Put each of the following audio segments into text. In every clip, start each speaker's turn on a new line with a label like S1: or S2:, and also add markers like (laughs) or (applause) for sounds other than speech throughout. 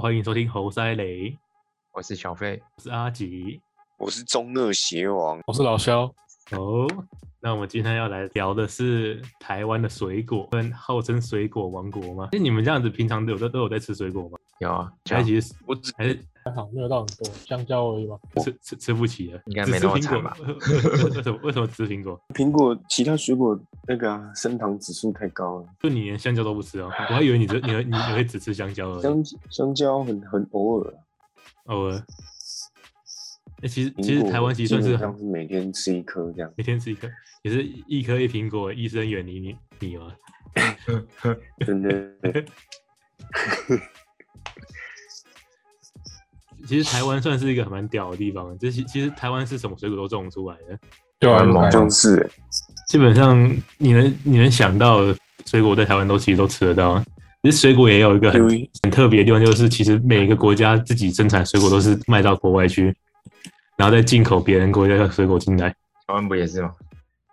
S1: 欢迎收听猴塞雷，
S2: 我是小费，
S1: 我是阿吉。
S3: 我是中二邪王，
S4: 我是老肖，
S1: 哦，那我们今天要来聊的是台湾的水果，
S3: (laughs)
S1: 跟号称水果王国吗？那你们这样子平常都有都都有在吃水果吗？
S2: 有啊，
S1: 还
S2: 这样
S1: 是其实
S3: 我只
S1: 还是
S4: 还好没有到很多，香蕉而已嘛。
S1: 吃吃吃不起的，
S2: 应该
S1: 只
S2: 没
S1: 吃
S2: 那么
S1: 苹
S2: 惨
S1: 果
S2: 吧？
S1: 为什么为什么吃苹果？
S3: 啊苹果其他水果那个啊，升糖指数太高了，
S1: 就你连香蕉都不吃哦？我还以为你只你会你你会只吃香蕉而已，
S3: 香香蕉很很偶尔啊，
S1: 偶尔。那其实其
S3: 苹
S1: 实
S3: 果
S1: 台湾其实算
S3: 基
S1: 是
S3: 本
S1: 很
S3: 上是每天吃一颗这样。
S1: 每天吃一颗，也是一颗一苹果，医生远离你你哦嘛。(laughs)
S3: 真的，
S1: 其实台湾算是一个蛮屌的地方，就是其实台湾是什么水果都种得出来的，
S4: 对啊
S2: 蛮猛
S3: 好像是欸
S1: 基本上你能你能想到的水果在台湾都其实都吃得到。啊其实水果也有一个很
S3: 因为
S1: 很特别的地方，就是其实每个国家自己生产水果都是卖到国外去，然后再进口别人国家的水果进来， (laughs)
S2: 台湾不也是吗？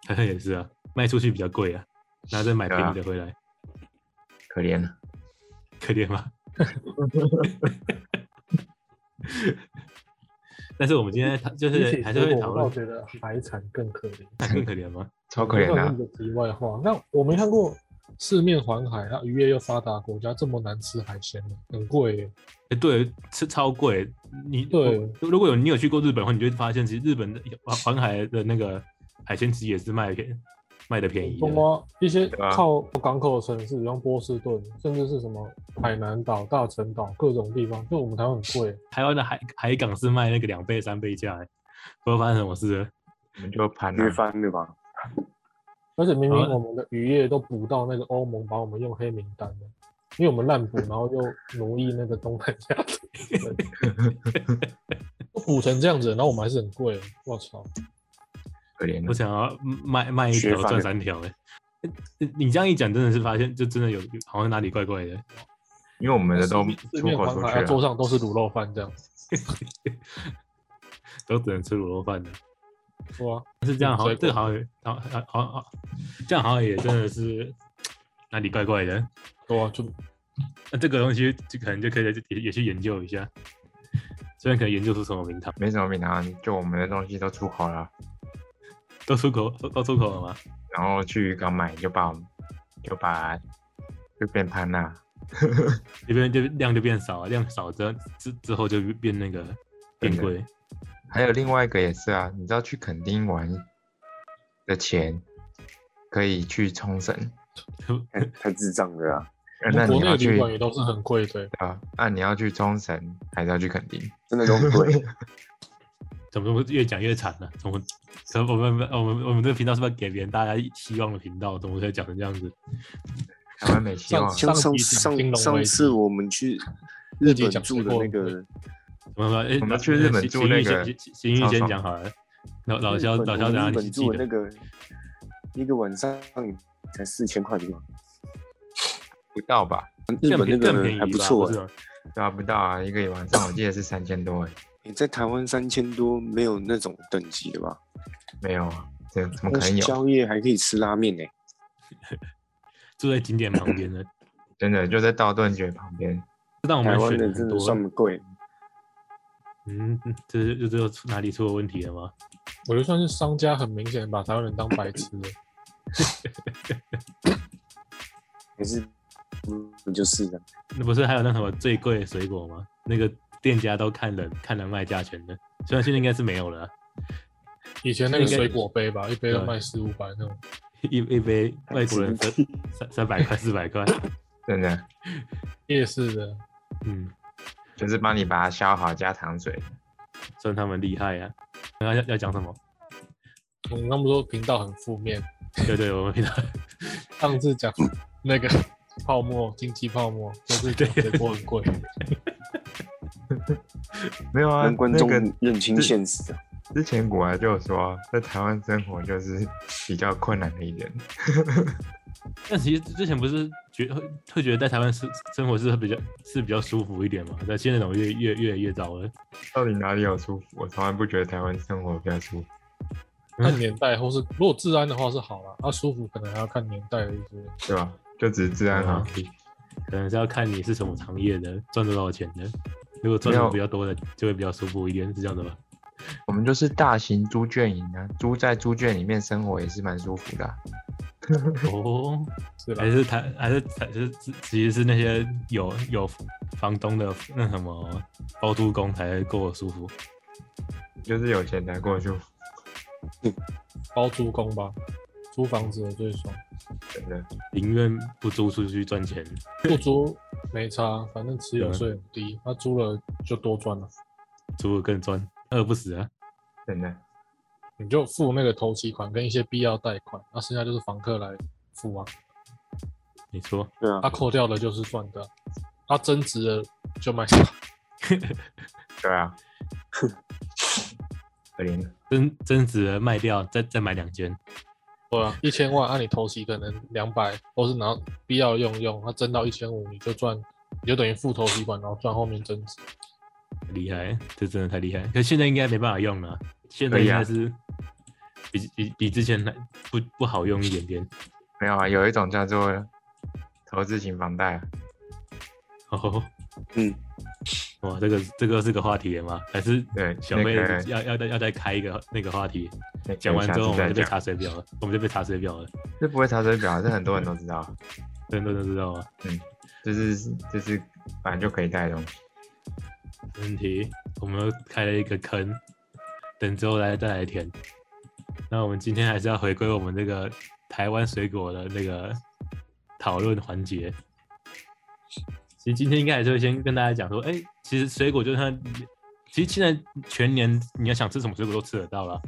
S1: 好像也是啊，卖出去比较贵啊，然后再买
S2: 对
S1: 便
S2: 啊
S1: 宜的回来，
S2: 可怜了，
S1: 可怜吗？ (laughs) 但是我们今天就是
S4: 比起
S1: 还是会
S4: 水果
S1: 讨
S4: 我倒
S1: 论，
S4: 觉得海产更可怜。
S1: 那更可怜吗？ (laughs)
S2: 超可怜的
S4: 这算
S2: 啊
S4: 是一！个题外话。那我没看过四面环海，那渔业又发达的国家这么难吃海鲜呢，很贵耶。
S1: 欸、对，吃超贵。你
S4: 对
S1: 我如果有你有去过日本的话，你就会发现，其实日本的环环海的那个海鲜其实也是卖便卖的便宜的
S4: 包。括一些
S2: 对啊
S4: 靠港口的城市，像波士顿，甚至是什么海南岛、大陈岛各种地方，就我们台湾很贵。啊
S1: 台湾的海海港是卖那个两倍三倍价、欸，不知道发生什么事了。
S2: 我们就盘啊
S3: 约
S2: 了，
S3: 翻了吧？
S4: 而且明明
S1: 啊
S4: 我们的渔业都捕到那个欧盟把我们用黑名单的，因为我们滥捕，然后又奴役那个东南亚的人， (laughs) 都捕成这样子，然后我们还是很贵。我操！
S2: 可怜
S1: 我
S2: 的。
S1: 想要卖卖一条
S3: 学法
S1: 赚
S3: 律
S1: 三条、欸，欸你这样一讲，真的是发现就真的有有好像哪里怪怪的。
S2: 因为我们的都
S4: 四
S2: 出
S4: 面
S2: 口
S4: 环
S2: 出
S4: 海
S2: 去
S4: 啊，桌
S2: 了，
S4: 上都是卤肉饭这样，
S1: 都只能吃卤肉饭的。
S4: 对啊，
S1: 但是这样好像，
S4: 嗯
S1: 这
S4: 水
S1: 个
S4: 果
S1: 好像也好好好好，这样好像也真的是哪里怪怪的。
S4: 对啊，就
S1: 那这个东西就可能就可以再也也去研究一下，虽然可能研究出什么名堂，
S2: 没什么名堂，就我们的东西都出口了，
S1: 都出口都都出口了吗？
S2: 然后去渔港买，就把我们就把就变盘了。
S1: 这边就量就变少了，量少之后之之后就变那个变
S2: 真的
S1: 贵。 (laughs)
S2: 还有另外一个也是啊，你知道去垦丁玩的钱可以去冲绳，
S3: 太太智障了啊！
S2: 呃
S4: 我
S2: 那
S4: 们
S2: 你
S4: 国
S2: 要
S4: 内旅
S2: 去
S4: 馆也都是很贵的。
S2: 啊？那你要去冲绳还是要去垦丁？
S3: 真的都贵，
S1: 怎么越讲越惨呢、怎么？可能我们我们我们这个频道是不是要给别人大家希望的频道？怎么可以讲成这样子？
S2: 台湾没希望
S4: 上，
S3: 像上
S4: 集讲金融
S3: 上
S4: 危机
S3: 上次我们去日本住的那个，
S1: 怎么说？哎、
S2: 我们
S1: 那
S2: 去日本
S1: 行
S2: 住
S1: 行
S2: 那
S1: 玉先
S2: 个
S1: 行行玉
S2: 超
S1: 先
S2: 爽
S1: 讲好了。老老肖
S3: 日本
S1: 老肖，等下
S3: 我们日
S1: 你
S3: 本
S1: 记
S3: 住的
S1: 得
S3: 那。个一个晚上才四千块的地方，
S2: 不到吧？
S3: 日
S1: 更
S3: 本那
S1: 便更
S3: 个
S1: 便宜
S3: 还
S1: 吧
S3: 不错、
S1: 是
S3: 欸。
S1: 吗？
S2: 对啊，不到啊，一个晚上我记得是三千多欸而已，
S3: 你在台湾三千多没有那种等级的吧？
S2: 没有啊，这怎么可能有？
S3: 宵夜还可以吃拉面呢、
S1: 住在景点旁边
S3: (coughs)
S1: 的，
S2: 真的就在道顿崛旁边，
S1: 让我
S3: 台
S1: 们
S3: 湾
S1: 哦选
S3: 的
S1: 很
S3: 真的
S1: 多
S3: 算不贵，
S1: 嗯，嗯这是这就哪里出了问题了吗？
S4: 我觉得算是商家很明显把台湾人当白痴了。
S3: 还是嗯，你就是的。
S1: 那不是还有那什么最贵的水果吗？那个店家都看人看人卖价钱的，虽然现在应该是没有了啊，
S4: 以前那个水果杯吧，一杯都
S1: 对
S4: 卖四五百那种，
S1: 一一杯外国人三三三百块四百块，
S2: 真的
S4: 夜市的。
S1: 嗯，
S2: 就是帮你把它削好加糖水。
S1: 算他们厉害啊。刚刚要要讲什么？
S4: 我们刚不是说频道很负面，
S1: 对对，我们平常
S4: 上次讲那个 (laughs) 泡沫经济泡沫，就是讲水果很贵，
S2: 没有啊，
S3: 让观众
S2: 那个
S3: 认清现实啊！
S2: 之前古来就有说啊，在台湾生活就是比较困难的一点，
S1: (laughs) 但其实之前不是觉会会觉得在台湾生生活是比较是比较舒服一点嘛，但现在怎么越越越来越糟了？
S2: 到底哪里有舒服？我从来不觉得台湾生活比较舒服。
S4: 看年代或是如果治安的话是好啦，啊舒服可能还要看年代的一些。
S2: 嗯
S1: 啊
S2: 对吧？就只是治安好而已。
S1: 可能是要看你是什么行业的，赚多少钱的。如果赚
S2: 没
S1: 的
S2: 有
S1: 比较多的，就会比较舒服一点，是这样的
S2: (laughs)
S1: 吧？
S2: 我们就是大型猪圈营啊，猪在猪圈里面生活也是蛮舒服的啊、
S1: 哦，
S4: 是吧
S1: 还？是他还是还是其实是那些有有房东的那什么包租公才会过得舒服。
S2: 就是有钱拿过就
S4: 包租公吧，租房子的最爽，
S2: 真的
S1: 宁愿不租出去赚钱，
S4: 不租没差，反正持有税很低，那租了就多赚了，
S1: 租了更赚，饿不死啊！
S2: 真的
S4: 你就付那个头期款跟一些必要贷款，那剩下就是房客来付啊，
S1: 你说，
S3: 对啊
S4: 他、，扣掉的就是赚的，他增值了就卖掉。
S1: (laughs)
S2: 对啊，可怜
S1: 增增值了卖掉，再再买两间，
S4: 对啊，一千万，按、你头期可能两百，或是拿必要用用，它增到一千五，你就赚，你就等于付头期款，然后赚后面增值。
S1: 厉害，这真的太厉害。可现在应该没办法用了，现在
S2: 可
S1: 应
S2: 以啊
S1: 该是比比比之前还不不好用一点点。
S2: 没有啊，有一种叫做投资型房贷、啊，
S1: 哦，
S3: 嗯，
S1: 哇，这个这个是个话题了吗？还是
S2: 对，
S1: 小
S2: 那
S1: 妹
S2: 个
S1: 要要再要再开一个那个话题？
S2: 那个
S1: 讲完
S2: 下
S1: 之后
S2: 次
S1: 我们
S2: 再
S1: 就被
S2: 讲，
S1: 查水表了，我们就被查水表了，
S2: 这不会查水表，这很多人都知道啊，
S1: 很多人都知道吗？
S2: 就是就是反正就可以带的东西，
S1: 没问题，我们又开了一个坑，等之后来再来填。那我们今天还是要回归我们这个台湾水果的那个讨论环节。其实今天应该还是会先跟大家讲说，哎、其实水果就算，其实现在全年你要想吃什么水果都吃得到了，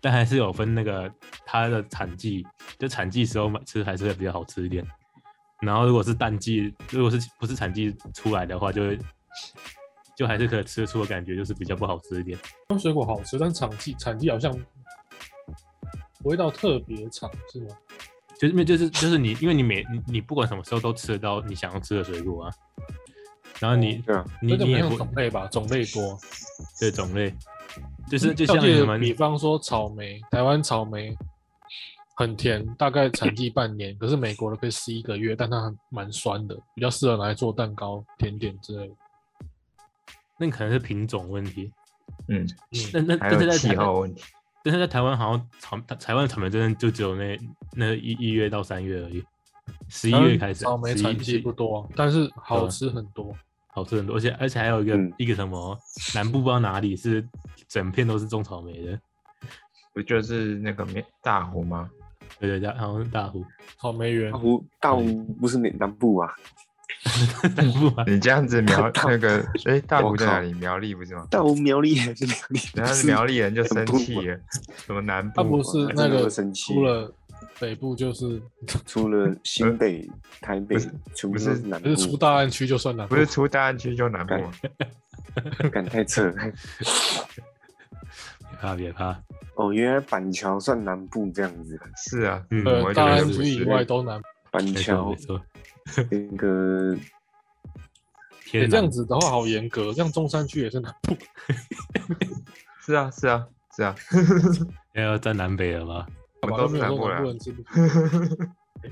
S1: 但还是有分那个它的产季，就产季时候买吃还是会比较好吃一点。然后如果是淡季，如果是不是产季出来的话，就会就还是可以吃得出的感觉，就是比较不好吃一点。
S4: 那水果好吃，但产季产季好像味道特别长，是吗？
S1: 就是因为就是就是你，因为你每你你不管什么时候都吃得到你想要吃的水果啊，然后你、
S3: 对啊，
S1: 你
S4: 那个
S1: 你
S4: 哦没
S1: 也
S4: 有
S1: 不
S4: 种类吧，种类多。
S1: 对种类，就是就
S4: 像
S1: 像什么
S4: 比方说草莓，台湾草莓很甜，大概产季半年， (laughs) 可是美国的可以吃一个月，但它很蛮酸的，比较适合拿来做蛋糕、甜点之类的。
S1: 那可能是品种问题，
S2: 嗯，
S1: 那那
S2: 还
S1: 但是
S2: 有
S1: 在
S2: 气
S1: 台
S2: 候问题，
S1: 但是在台湾好像草台湾的草莓真的就只有那那一一月到三月而已，十一啊
S4: 台湾
S1: 月开始
S4: 草莓
S1: 11
S4: 嗯产季不多，但是好吃很多。
S1: 好吃很多，而且而且还有一个、
S3: 嗯
S1: 一个什么南部不知道哪里是整片都是种草莓的，
S2: 不就是那个面大湖吗？
S1: 对对对，好像是大湖
S4: 草莓园
S3: 大，湖大湖啊不是南南部啊，
S1: 南部 (laughs) 啊，
S2: 你这样子苗那个，哎、大
S3: 我
S2: 湖在哪
S3: 靠
S2: 里？苗栗不是吗？
S3: 大湖苗栗也是苗栗，
S2: 然后
S3: 不
S2: 苗栗人就
S3: 南
S2: 生
S3: 部
S2: 气
S3: 吗
S2: 了，什么南
S4: 它不
S2: 部啊
S4: 是
S3: 还
S4: 那
S3: 真的
S4: 个
S3: 会生气
S4: 出了北部就是
S3: 除了新北、台北
S2: 不是，
S3: 全部
S2: 不
S3: 都
S2: 是
S3: 是南
S4: 就
S3: 部
S4: 是，出大安区就算南部
S2: 不是出大安区就南部啊
S1: (laughs)
S2: 吗，
S3: 敢太扯了。
S1: 别怕别怕，
S3: 哦，原来板桥算南部这样子，
S2: 是啊，
S1: 嗯
S2: 我
S4: 呃
S2: 会
S4: 大
S2: 觉得
S4: 安
S2: 不
S4: 区以
S2: 是
S4: 外都南部。
S3: 板
S1: 没错
S3: 桥
S1: 没错，
S3: 那个
S1: 天
S4: 欸这
S1: 南
S4: 样子的话好严格，这样中山区也是南部。
S2: 是啊是啊是啊，
S1: 要站南北了吧？
S2: 我
S4: 好
S2: 们
S4: 吧
S2: 都是
S4: 没有
S2: 南
S4: 说
S2: 部
S4: 南
S2: 人
S4: 部人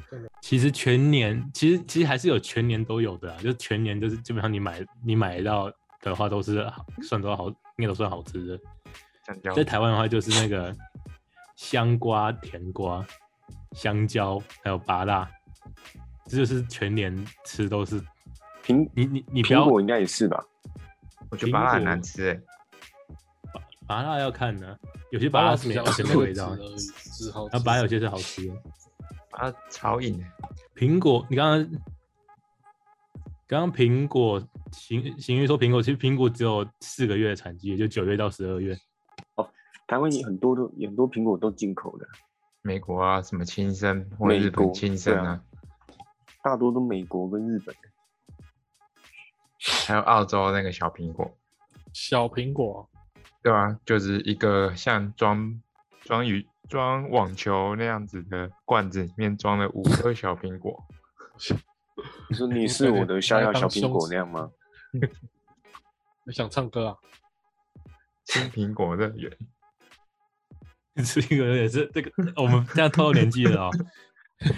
S2: (laughs)
S4: 吃不起。
S1: 其实全年，其实其实还是有全年都有的啊，就是全年就是基本上你买你买到的话都是好算都好，应该都算好吃的。
S2: 香蕉
S1: 在台湾的话就是那个 (laughs) 香瓜、甜瓜、香蕉还有芭辣，这就是全年吃都是。
S3: 苹
S1: 你你你不
S3: 苹
S1: 要
S3: 果应该也是吧？
S2: 我觉得芭乐
S1: 苹
S2: 很
S1: 果
S2: 难吃哎，
S1: 芭辣要看呢、有些
S4: 巴
S1: 芭
S4: 拉
S1: 辣
S4: 是
S1: 是
S4: 比
S1: 没
S4: 较
S1: 有什
S4: 是
S1: 么
S4: 那个
S1: 味
S4: 籽
S1: 道
S4: 而
S1: 的，
S4: 已，只好
S1: 然后芭辣有些是好吃的。
S2: 芭乐超硬哎，
S1: 苹果，你刚刚刚刚苹果行行玉说苹果，其实苹果只有四个月的产季，也就九月到十二月。 (laughs)
S3: 台湾也很多都很多苹果都进口的，
S2: 美国啊什么亲生或者
S3: 美
S2: 日本
S3: 国
S2: 亲
S3: 对
S2: 生
S3: 啊
S2: 啊，
S3: 大多都美国跟日本。
S2: 还有澳洲那个小苹果，
S4: 小苹果，
S2: 对啊，就是一个像装装鱼装网球那样子的罐子里面装了五颗小苹果， (laughs)
S3: 你说你是我的逍遥小苹果那样吗？
S4: 你想唱歌啊？
S2: 青苹果乐园。
S1: 哦这个也是这个，我们这样透露年纪了哦。
S4: 哎，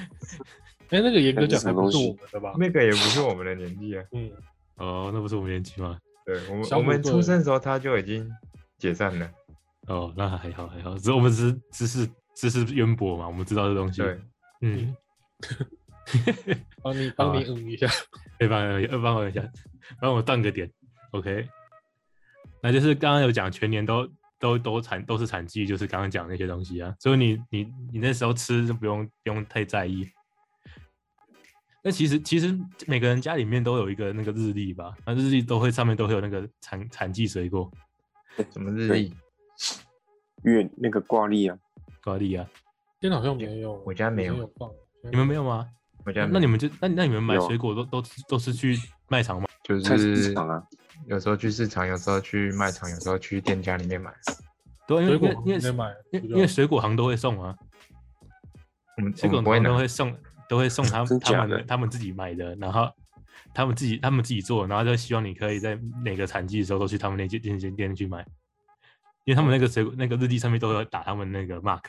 S4: 那个严格
S3: 那
S4: 讲
S3: 是
S4: 还
S3: 什么
S4: 不是
S3: 东
S4: 我
S3: 西
S4: 们的吧？
S2: 那个也不是我们的年纪啊。
S4: 嗯，
S1: 哦，那不是我们年纪吗？
S2: 对我们
S4: 小
S2: 我们
S4: 虎队
S2: 出生的时候他就已经解散了。
S1: 哦，那还好还好，只是我们只是知识知识渊博嘛，我们知道这东西。
S2: 对，
S1: 嗯，
S4: 帮你
S1: 好
S4: 帮
S1: 啊
S4: 你嗯一下。
S1: 可以帮我呃帮我一下，帮我断个点，OK。那就是刚刚有讲全年都都都产都是产季，就是刚刚讲那些东西啊，所以你你你那时候吃就不用不用太在意。那其实其实每个人家里面都有一个那个日历吧，那日历都会上面都会有那个产产季水果
S2: 什么日历？
S3: 月那个挂历啊，
S1: 瓜粒啊，
S4: 今天好像没有，
S2: 我家没有
S4: 有放。
S1: 你们没有吗？
S2: 我家
S1: 那
S2: 没
S1: 那你们就那那你们买
S3: 有啊
S1: 水果都都都是去卖场买？
S2: 就
S3: 菜市
S2: 是 (laughs)
S3: 场啊，
S2: 有时候去市场，有时候去卖场，有时候去店家里面买。
S1: 对啊，因为
S4: 水果
S1: 因为
S4: 没
S1: 因为
S4: 买，
S1: 因为
S4: 比较
S1: 因为水果行都会送啊。
S2: 我们
S1: 水
S2: 我
S1: 果
S2: 们不会
S1: 农
S2: 拿
S1: 都，会送，都会送他
S3: 真
S1: 他
S3: 假
S1: 们
S3: 的
S1: 他们自己买的，然后他们自己他们自己做，然后就希望你可以在每个产季的时候都去他们那间那间店去买，因为他们那个水果那个日历上面都有打他们那个 mark，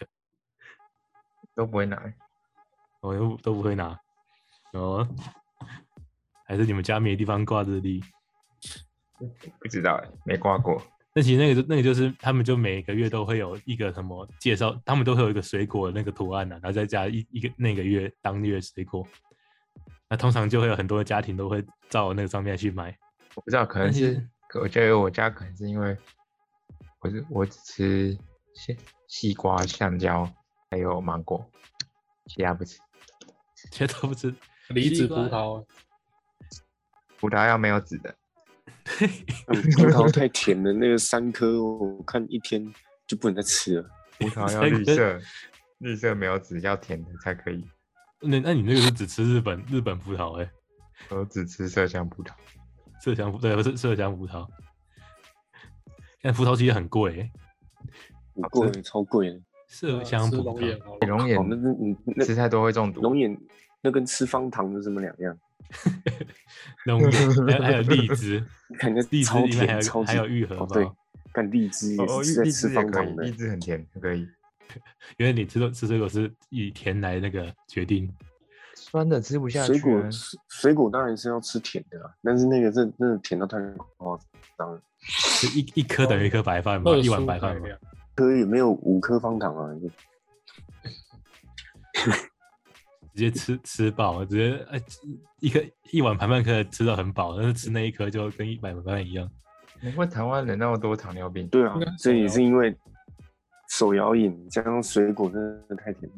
S2: 都不会拿。
S1: 我又都不会拿，哦，还是你们家没地方挂日历？
S2: 不知道哎、没挂过。
S1: 那其实那个就那个就是他们就每个月都会有一个什么介绍，他们都会有一个水果的那个图案呢、啊，然后再加一一个那个月当月水果。那通常就会有很多家庭都会照那个上面去买，
S2: 我不知道，可能
S1: 但是
S2: 是，可我觉得我家可能是因为我是我只吃西西瓜、香蕉还有芒果，其他不吃。
S1: 其他都不吃。
S4: 梨子、
S1: 西
S4: 葡
S1: 瓜
S4: 萄，
S2: 葡萄要没有籽的，
S3: 嗯葡萄太甜了，那个三颗我看一天就不能再吃了。
S2: 葡萄 (laughs) 要
S1: 才
S2: 绿
S1: 可以
S2: 色，绿色没有籽，要甜的才可以。
S1: 那那你那个是只吃日本日本葡萄哎、欸，
S2: 我只吃麝香葡萄，
S1: 麝香葡对麝麝香葡萄，但葡萄其实很贵、欸，
S3: 很贵，超贵的。
S1: 麝香
S4: 啊吃
S1: 葡
S4: 龙眼
S1: 萄
S4: 好了，
S2: 龙
S3: 哦，那
S2: 眼
S3: 那你那
S2: 吃太多会中毒。
S3: 龙眼那跟吃方糖有什么两样？
S1: 龙眼，还有还有荔
S3: (laughs)
S1: 枝，
S3: 感觉
S1: 荔枝
S3: 超
S1: 里面还
S3: 甜，
S1: 有
S3: 超级
S1: 还有愈合
S3: 哦
S1: 包，
S3: 对，干荔枝
S2: 哦
S3: 也
S2: 哦，
S3: 是
S2: 荔
S3: 在
S2: 荔
S3: 吃
S2: 枝也
S3: 方
S2: 可以
S3: 糖，的
S2: 荔，枝很甜，可以。
S1: 因为你吃东吃水果是以甜来那个决定。
S2: 酸的吃不下去、
S3: 水
S2: 啊。
S3: 果水果当然是要吃甜的啦，啊但是那个真真的甜到太哦夸张了，
S1: 就一一颗等于一颗白饭嘛，
S4: 特
S1: 一碗
S4: 殊
S1: 白
S4: 改
S1: 饭嘛。
S4: 良
S3: 颗也没有五颗方糖啊，
S1: 直接吃吃饱，直接哎一颗一碗白饭可以吃到很饱，但是吃那一颗就跟一碗白饭一样。
S2: 难怪台湾人那么多糖尿病。
S3: 对啊
S4: 应该，
S3: 这也
S4: 手摇
S3: 是因为手摇饮加上水果真的太甜了，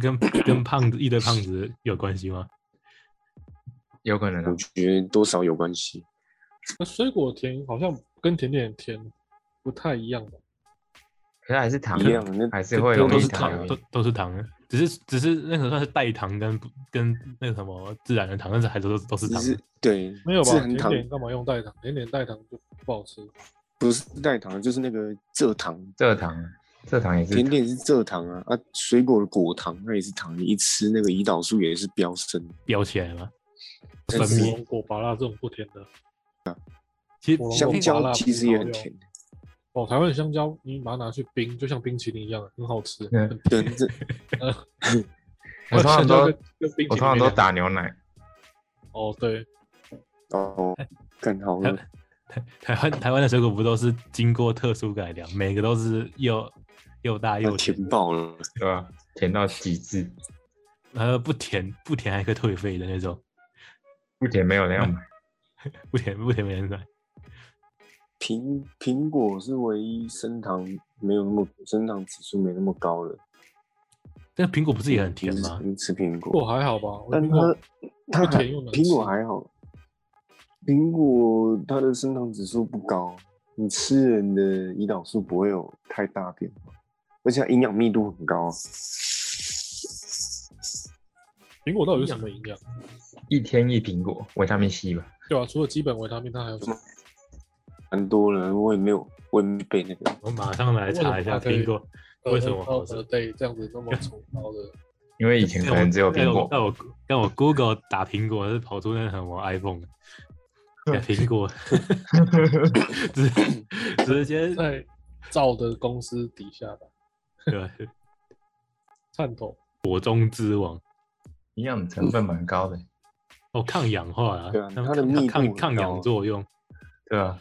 S1: 跟跟胖子一堆胖子有关系吗？
S2: 有可能、
S3: 我
S2: 啊。
S3: 觉得多少有关系。
S4: 那水果甜好像跟甜点甜不太一样吧？
S2: 可是还是糖
S3: 一样那
S2: 还是
S1: 都
S2: 会
S1: 都
S2: 容
S1: 都
S2: 易
S1: 是
S2: 糖
S1: 糖，
S2: 尿
S1: 都
S2: 病。
S1: 都是糖，只是只是那个算是代糖跟不跟那个什么自然的糖，但是还都是都是
S3: 只
S1: 糖。
S3: 是啊对，
S4: 没有吧？
S3: 是
S4: 甜
S3: 很糖，
S4: 点干嘛用代糖？甜点代糖就不好吃。
S3: 不是代糖，啊就是那个蔗糖。
S2: 蔗糖，蔗糖也是
S3: 甜
S4: 哦
S2: 糖
S3: 点是蔗糖啊，啊，水果的果糖那也是糖，你一吃那个胰岛素也是飙升。
S1: 飙起来嘛。
S3: 但
S1: 分
S3: 是
S4: 火
S1: 泌
S4: 龙果、芭辣这种不甜的，
S1: 其实
S4: 火龙
S3: 香
S4: 果哦麻
S3: 蕉
S4: 辣
S3: 其实也很甜，
S4: 哦，台湾的香蕉你把它拿去冰，就像冰淇淋一样，很好吃。
S2: 嗯
S4: 很
S3: 对， (laughs) 这
S2: 我通常
S4: 香蕉
S2: 都
S4: 跟跟冰淇淋
S2: 我通常都
S4: 一样
S2: 打牛奶，
S4: 哦，对，
S3: 哦，更好
S1: 台
S3: 了。
S1: 台台湾台湾的水果不都是经过特殊改良，每个都是又又大
S3: 要
S1: 又甜
S3: 甜，爆了，
S2: 对吧、甜到极致，
S1: 呃不甜不甜还可以退费的那种，
S2: 不甜没有人要
S4: (laughs)
S2: 买。
S1: 不甜不甜没人买。
S3: 苹苹果是唯一升糖没有那么升糖指数没那么高的，
S1: 但苹果不是也
S2: 嗯
S1: 很甜吗？
S3: 你吃苹
S4: 不过
S3: 果，
S4: 还好吧。我
S3: 但
S4: 苹果
S3: 它它
S4: 又
S3: 还
S4: 甜又难吃
S3: 苹果还好，苹果它的升糖指数不高，你吃人的胰岛素不会有太大变化，而且它营养密度很高。啊
S4: 苹果到底有什么营养？
S2: 一天一苹果，维他命 C 吧。
S4: 对啊，除了基本维他命，它还有什么？
S3: 蛮多了，我也没有，我也没背那个。
S1: 我马上来查一下苹果为什么好吃。
S4: 呃对这样子那么崇高的？
S2: 因为以
S4: 哎
S2: 前可能只有苹果
S1: 但，哎我但我 Google 打苹果是跑出那什么 iPhone，哎苹果直直接
S4: 在造的公司底下吧，
S1: 对
S4: 汕头
S1: 果中之王。
S2: (laughs) 营养成分蛮高的，
S1: 哦，抗氧化啊，
S3: 对啊
S1: 他们
S3: 它的
S1: 抗
S3: 密度
S1: 抗
S3: 很
S1: 抗
S3: 高啊
S1: 氧作用，
S2: 对啊，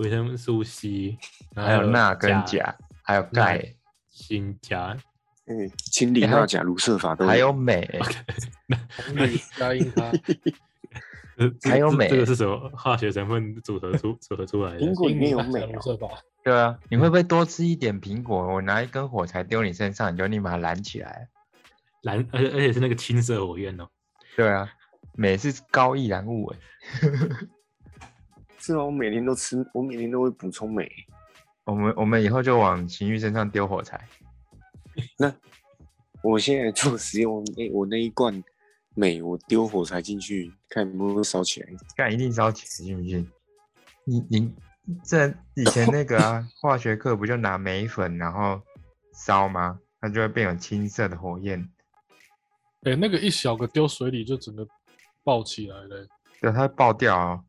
S1: 维生素 C，然后
S2: 还有钠跟
S1: 钾、
S2: 钾，还有钙，
S1: 锌、钾，
S3: 哎、氢锂、
S2: 哎还有
S3: 钠、钾、卢瑟法都
S2: 还有镁，
S4: 红米加樱咖，
S1: 呃这
S2: (laughs) 还有
S1: 这
S2: 镁
S1: 这个是什么化学成分组合出组合出来的
S3: (laughs) 苹？果里面有镁
S4: 加
S3: 啊
S4: 乳，色吧？
S2: 对啊，你会不会多吃一点苹果？我拿一根火柴丢你身上，你就立马燃起来。
S1: 蓝，而且而且是那个青色火焰哦。
S2: 对啊，镁是高易燃物欸诶，
S3: 是啊，我每天都吃，我每天都会补充镁。
S2: 我们我们以后就往情欲身上丢火柴。
S3: 我现在做实验，我那我那一罐镁，我丢火柴进去，看有没有烧起来。
S2: 干一定烧钱，信不信？你你这以前那个啊，化学课不就拿镁粉然后烧吗？它就会变有青色的火焰，
S4: 哎、那个一小个丢水里就整个爆起来了、
S2: 对，它会爆掉哦。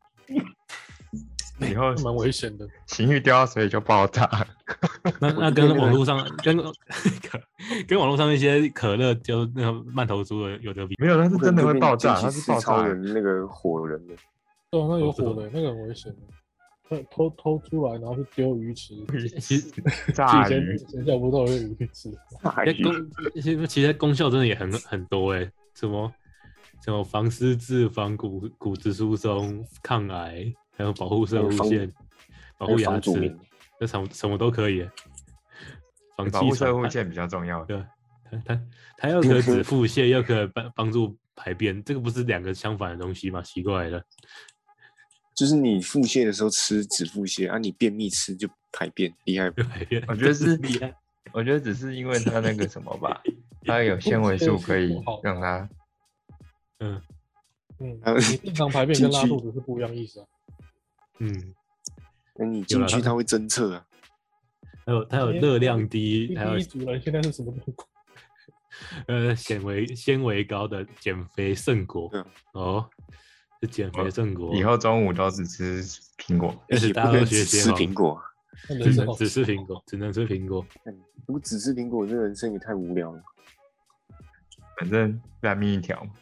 S2: 以后
S4: 蛮危险的。
S2: 情欲丢到水里就爆炸， (laughs)
S1: 那那跟网络上跟 (laughs) 跟网络上那些可乐就那个曼头猪的有得比，
S2: 没有，它是
S3: 我可
S2: 真
S3: 能
S2: 的
S3: 就
S2: 会
S3: 变
S2: 爆炸，
S3: 惊
S2: 它
S3: 奇
S2: 是
S3: 四
S2: 爆炸
S3: 超
S2: 的。
S3: 人那个火人
S1: (laughs)
S3: 的，
S4: 对啊，那有
S1: 哦这
S4: 火
S1: 种
S4: 的、那个很危险的。那偷偷出来，然后去丢鱼池。
S1: 其实
S4: 以
S2: 炸
S4: 前
S2: 鱼
S4: 以，前校不都有鱼池？
S3: 大
S1: 在
S3: 鱼
S1: 功其实其实功效真的也很很多哎、什么什么防失智、防骨骨质疏松、抗癌，还有保护射
S3: 还有
S1: 物
S3: 防
S1: 线、保
S3: 还有
S1: 护牙
S3: 防祖
S1: 齿
S3: 名，
S1: 那什么什么都可以欸，防
S2: 保
S1: 气
S2: 护
S1: 喘
S2: 社会
S1: 它
S2: 线比较重要。
S1: 对，它它它又可止腹泻，又可帮帮助排便，这个不是两个相反的东西吗？奇怪了，
S3: 就是你腹泻的时候吃止腹泻啊，你便秘吃就排便，厉害吧？
S1: 就排便。
S2: 我觉得是
S1: 厉害，
S2: 我觉得只是因为它那个什么吧，它有纤维素可以让它
S1: 嗯
S4: 嗯
S3: 还有，
S4: 你正常排便跟拉肚子是不一样意思啊。
S1: 嗯，
S3: 那你
S1: 有
S3: 进
S1: 啦
S3: 去
S1: 它
S3: 它会侦测啊，
S1: 还有它有
S4: 今天
S1: 热量低，
S4: 第
S1: 还有
S4: 一组人现在是什么状况？
S1: 呃纤维纤维高的减肥圣果
S3: 对啊
S1: 哦，是减肥圣果，
S2: 以后中午都只吃苹果。
S1: 而且
S3: 你不
S1: 大家都
S3: 能
S1: 学
S3: 只
S1: 习
S3: 吃苹果啊，
S4: 那
S1: 只
S4: 人生
S1: 能
S4: 好
S1: 只吃苹果，只能吃苹果。 (laughs)
S3: 如果只吃苹果，这人生也太无聊了。
S2: 反正烂命一条嘛。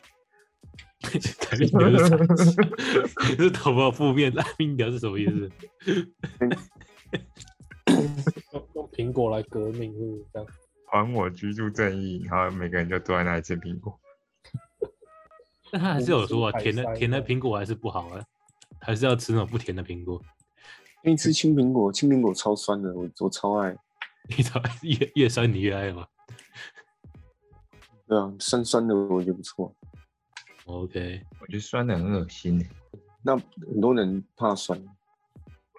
S1: (laughs) 台面条是啥 (laughs) 是头发负面，拉面条是什么意思？
S4: (laughs) 用用苹果来革命是不是这样？
S2: 还我居住正义，然后每个人就坐在那里吃苹果。
S1: (laughs) 但他还是有说
S4: 无
S1: 啊，
S4: 知
S1: 甜
S4: 百
S1: 的
S4: 塞
S1: 甜的
S4: 对
S1: 苹果还是不好啊，还是要吃那种不甜的苹果。 (laughs)
S3: 可以吃青苹果，青苹果超酸的，我我超爱。
S1: 你知道越越酸你越爱吗
S3: 对啊，酸酸的我觉得不错。
S1: ？OK，
S2: 我觉得酸的很恶心，欸
S3: 那很多人怕酸，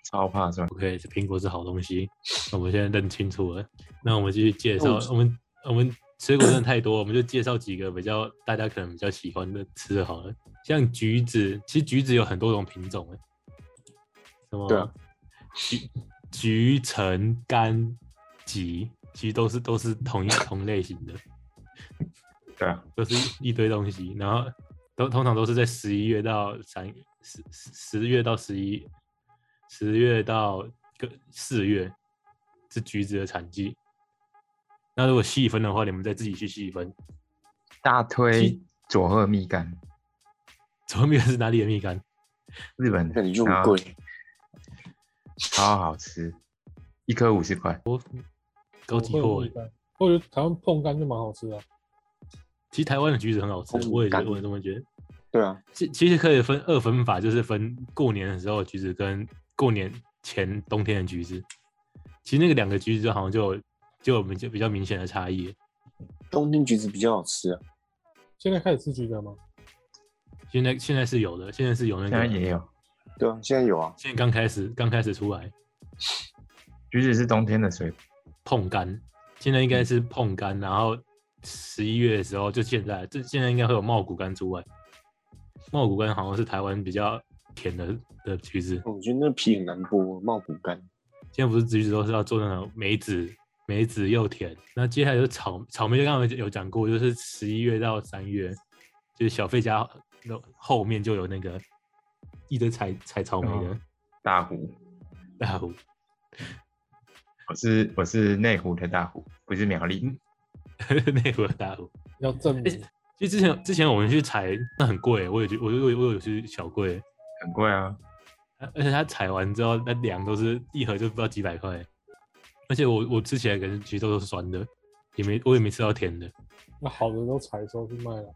S2: 超怕酸。
S1: OK，这苹果是好东西， (sniffs) 我们现在认清楚了。那我们继续介绍
S3: 哦，
S1: 我们我们水果真的太多，我们就介绍几个比较大家可能比较喜欢的吃的好了。像橘子，其实橘子有很多种品种诶，什么
S3: 对啊
S1: 橘橘橙柑橘，其实都是都是同一同类型的，
S2: 对啊，
S1: 都是一堆东西，然后都通常都是在十一月到三十十十月到十一，十月到个四月是橘子的产季。那如果细分的话，你们再自己去细分。
S2: 大推佐贺蜜柑，
S1: 左面是哪里的蜜柑？
S2: 日本的
S3: 感觉就很
S2: 然后
S3: 贵。
S2: 超好吃，一颗五十块。
S1: 高级
S4: 我会有
S1: 货
S4: 哦蜜
S1: 欸。
S4: 柑。我觉得台湾碰柑就蛮好吃的啊，柑
S1: 其实台湾的橘子很好吃
S4: 哦
S3: 红，
S1: 我也觉得，
S3: 柑
S1: 我也这么觉得。
S3: 对啊，
S1: 其其实可以分二分法，就是分过年的时候的橘子跟过年前冬天的橘子。其实那个两个橘子就好像就有就有比较比较明显的差异了。
S3: 冬天橘子比较好吃啊。
S4: 现在开始吃橘子了吗？
S1: 现在现在是有的，现在是有那
S2: 现在
S1: 个，
S2: 也有，
S3: 对啊，现在有啊，
S1: 现在刚开始刚开始出来
S2: 橘子是冬天的水果，
S1: 碰柑，现在应该是碰柑，然后十一月的时候就现在，这现在应该会有茂谷柑出来，茂谷柑好像是台湾比较甜的的橘子，
S3: 我觉得那皮很难剥，茂谷柑。
S1: 现在不是橘子都是要做那种梅子，梅子又甜，那接下来就是草草莓，就刚刚有讲过，就是十一月到三月，就是小费家那后面就有那个一堆采采草莓的
S2: 哦大湖。
S1: 大 (laughs) 湖。
S2: 我是嗯我是内湖的大湖，不是苗栗。
S1: 内湖的大湖，
S4: 要证明
S1: 其实之前之前我们去采，那很贵，我也去，我就我有我有去小贵，
S2: 很贵啊，
S1: 而而且它采完之后，那粮都是一盒就不知道几百块，而且我我吃起来可能其实都是酸的，也没我也没吃到甜的。
S4: 那好的都采收去卖了，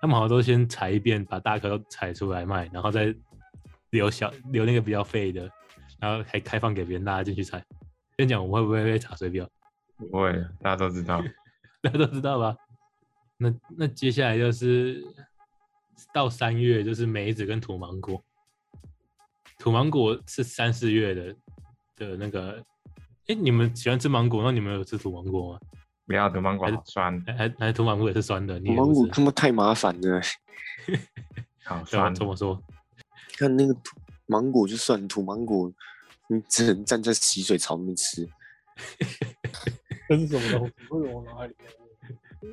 S1: 他们好像都先采一遍，把大颗都采出来卖，然后再留小留那个比较废的，然后还开放给别人大家进去采。先讲我们会不会被查水表，
S2: 不会，大家都知 (laughs) 道。
S1: (laughs) 大家都知道吧？那那接下来就是到三月，就是梅子跟土芒果。土芒果是三四月的的那个，哎、你们喜欢吃芒果，那你们有吃土芒果吗？
S2: 不要毒芒果好酸，
S1: 还还还是土芒果也是酸的，你也
S3: 芒
S1: 不
S3: 果
S1: 吃
S3: 他妈太麻烦了，
S2: 好
S1: 对吧？
S2: 酸
S1: 这。么说，
S3: 看那个土芒果就算土芒果，你只能站在洗水槽那边吃，
S4: 这是什么东西？为什么脑海里面有？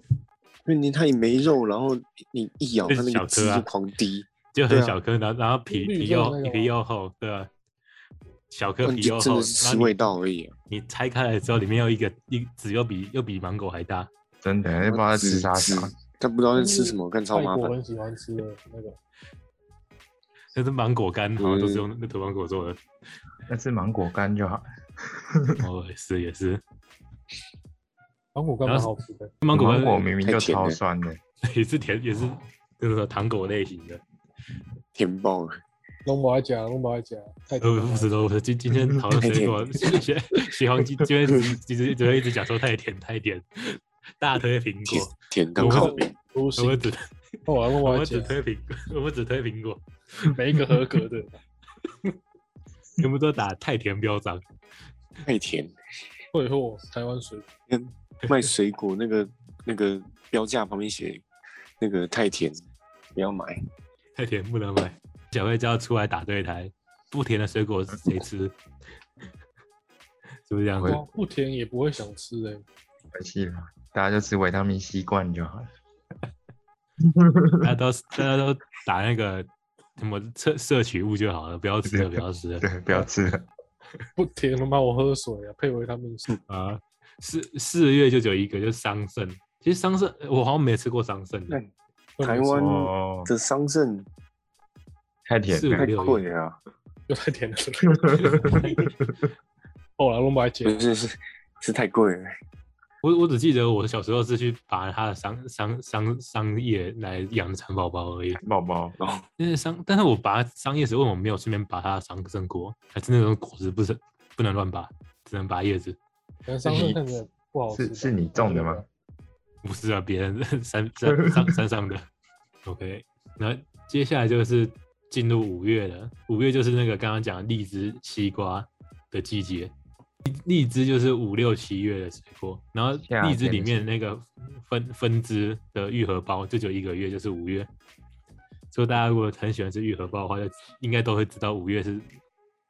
S3: 因为你它也没肉，然后你一咬
S1: 就
S3: 它
S1: 是 (laughs)
S3: 那
S1: 小
S3: 个汁
S1: 颗啊
S3: 就狂滴，
S1: 就很
S3: 对啊
S1: 小颗，然后然后皮
S4: 绿
S1: 皮
S4: 色的
S1: 又
S4: 那个
S1: 皮
S4: 吗
S1: 又厚，对吧、小颗
S3: 那你
S1: 皮又
S3: 就
S1: 厚，然后
S3: 真的是吃味道而已啊。
S1: 你。你拆开来之后，里面又一个一籽又比又比芒果还大，
S2: 真的，不知道在吃啥
S3: 籽
S2: 啥。
S3: 籽他不知道在吃什么，看超麻
S4: 泰国
S3: 烦。
S4: 很喜欢吃的那个，
S1: 那是芒果干，好像都是
S3: 嗯
S1: 用那个土芒果做的。
S2: 那吃芒果干就好。
S1: 哦，也是也是，
S4: 芒果干
S1: 然
S4: 蛮
S1: 后
S4: 好吃的。
S1: 芒果
S2: 芒
S1: 干
S2: 果明明就
S3: 太甜
S2: 超
S3: 了
S2: 酸的，
S1: 也是甜，也是就是说糖果类型的。
S3: 甜爆了，
S4: 拢无爱食，拢无爱食，太
S1: 呃，
S4: 甜了
S1: 不知道，今今天讨
S2: (laughs)
S1: 论水果，学学黄鸡，今天一直一直一直讲说太甜太甜，大推苹
S3: 甜
S1: 果，
S3: 甜到
S1: 我
S3: 靠
S1: 们
S3: 边。
S4: 不
S1: 我
S4: 行，
S1: 们只
S4: 我
S1: 我
S4: 拢无爱
S1: 们
S4: 食
S1: 只，推苹果，我们只推苹果， (laughs)
S4: 每一个合格的。
S1: 全部都打太甜标章。
S3: 太甜。
S4: 退货台湾水果，
S3: 卖水果那个那个标价旁边写那个太甜，不要买。
S1: 太甜不能买。小黑就要出来打对台，不甜的水果谁吃？ (laughs) 是不是这样子？
S4: 哇，不甜也不会想吃哎、
S2: 没戏了，大家就吃维他命 C 罐就好了。 (laughs)
S1: 大家都大家都打那个什么摄摄取物就好了，不要吃了，不要
S2: (laughs)
S1: 吃了
S2: 对，不要吃了。
S4: 不甜他妈我喝水啊，配维他命 C，
S1: 啊！四四月就只有一个，就是桑葚。其实桑葚我好像没吃过桑葚的，
S3: 台湾
S2: 哦，
S3: 的桑葚
S2: 太甜
S1: 是
S2: 了
S3: 太。贵了啊，
S4: 又太甜了。后来拢无爱食
S3: 不，是是是太贵了，
S1: (laughs) 我我只记得我小时候是去拔它的桑桑桑桑叶来养蚕宝宝而已。
S2: (laughs) 宝宝，
S1: 但是桑，但是我拔桑叶时，为什么没有顺便拔它的桑葚果？还是那种果子不是不能乱拔，只能拔叶子？
S4: 可能桑葚看起来不好吃吧。
S2: 是是你种的吗？
S1: 不是啊，别人 (laughs) 山山上山上的。OK，那接下来就是进入五月了。五月就是那个刚刚讲的荔枝、西瓜的季节。荔荔枝就是五六七月的水果，然后
S2: 夏
S1: 荔枝
S2: 天的
S1: 里面那个分分支的愈合包就只有一个月，就是五月。所以大家如果很喜欢吃愈合包的话，就应该都会知道五月是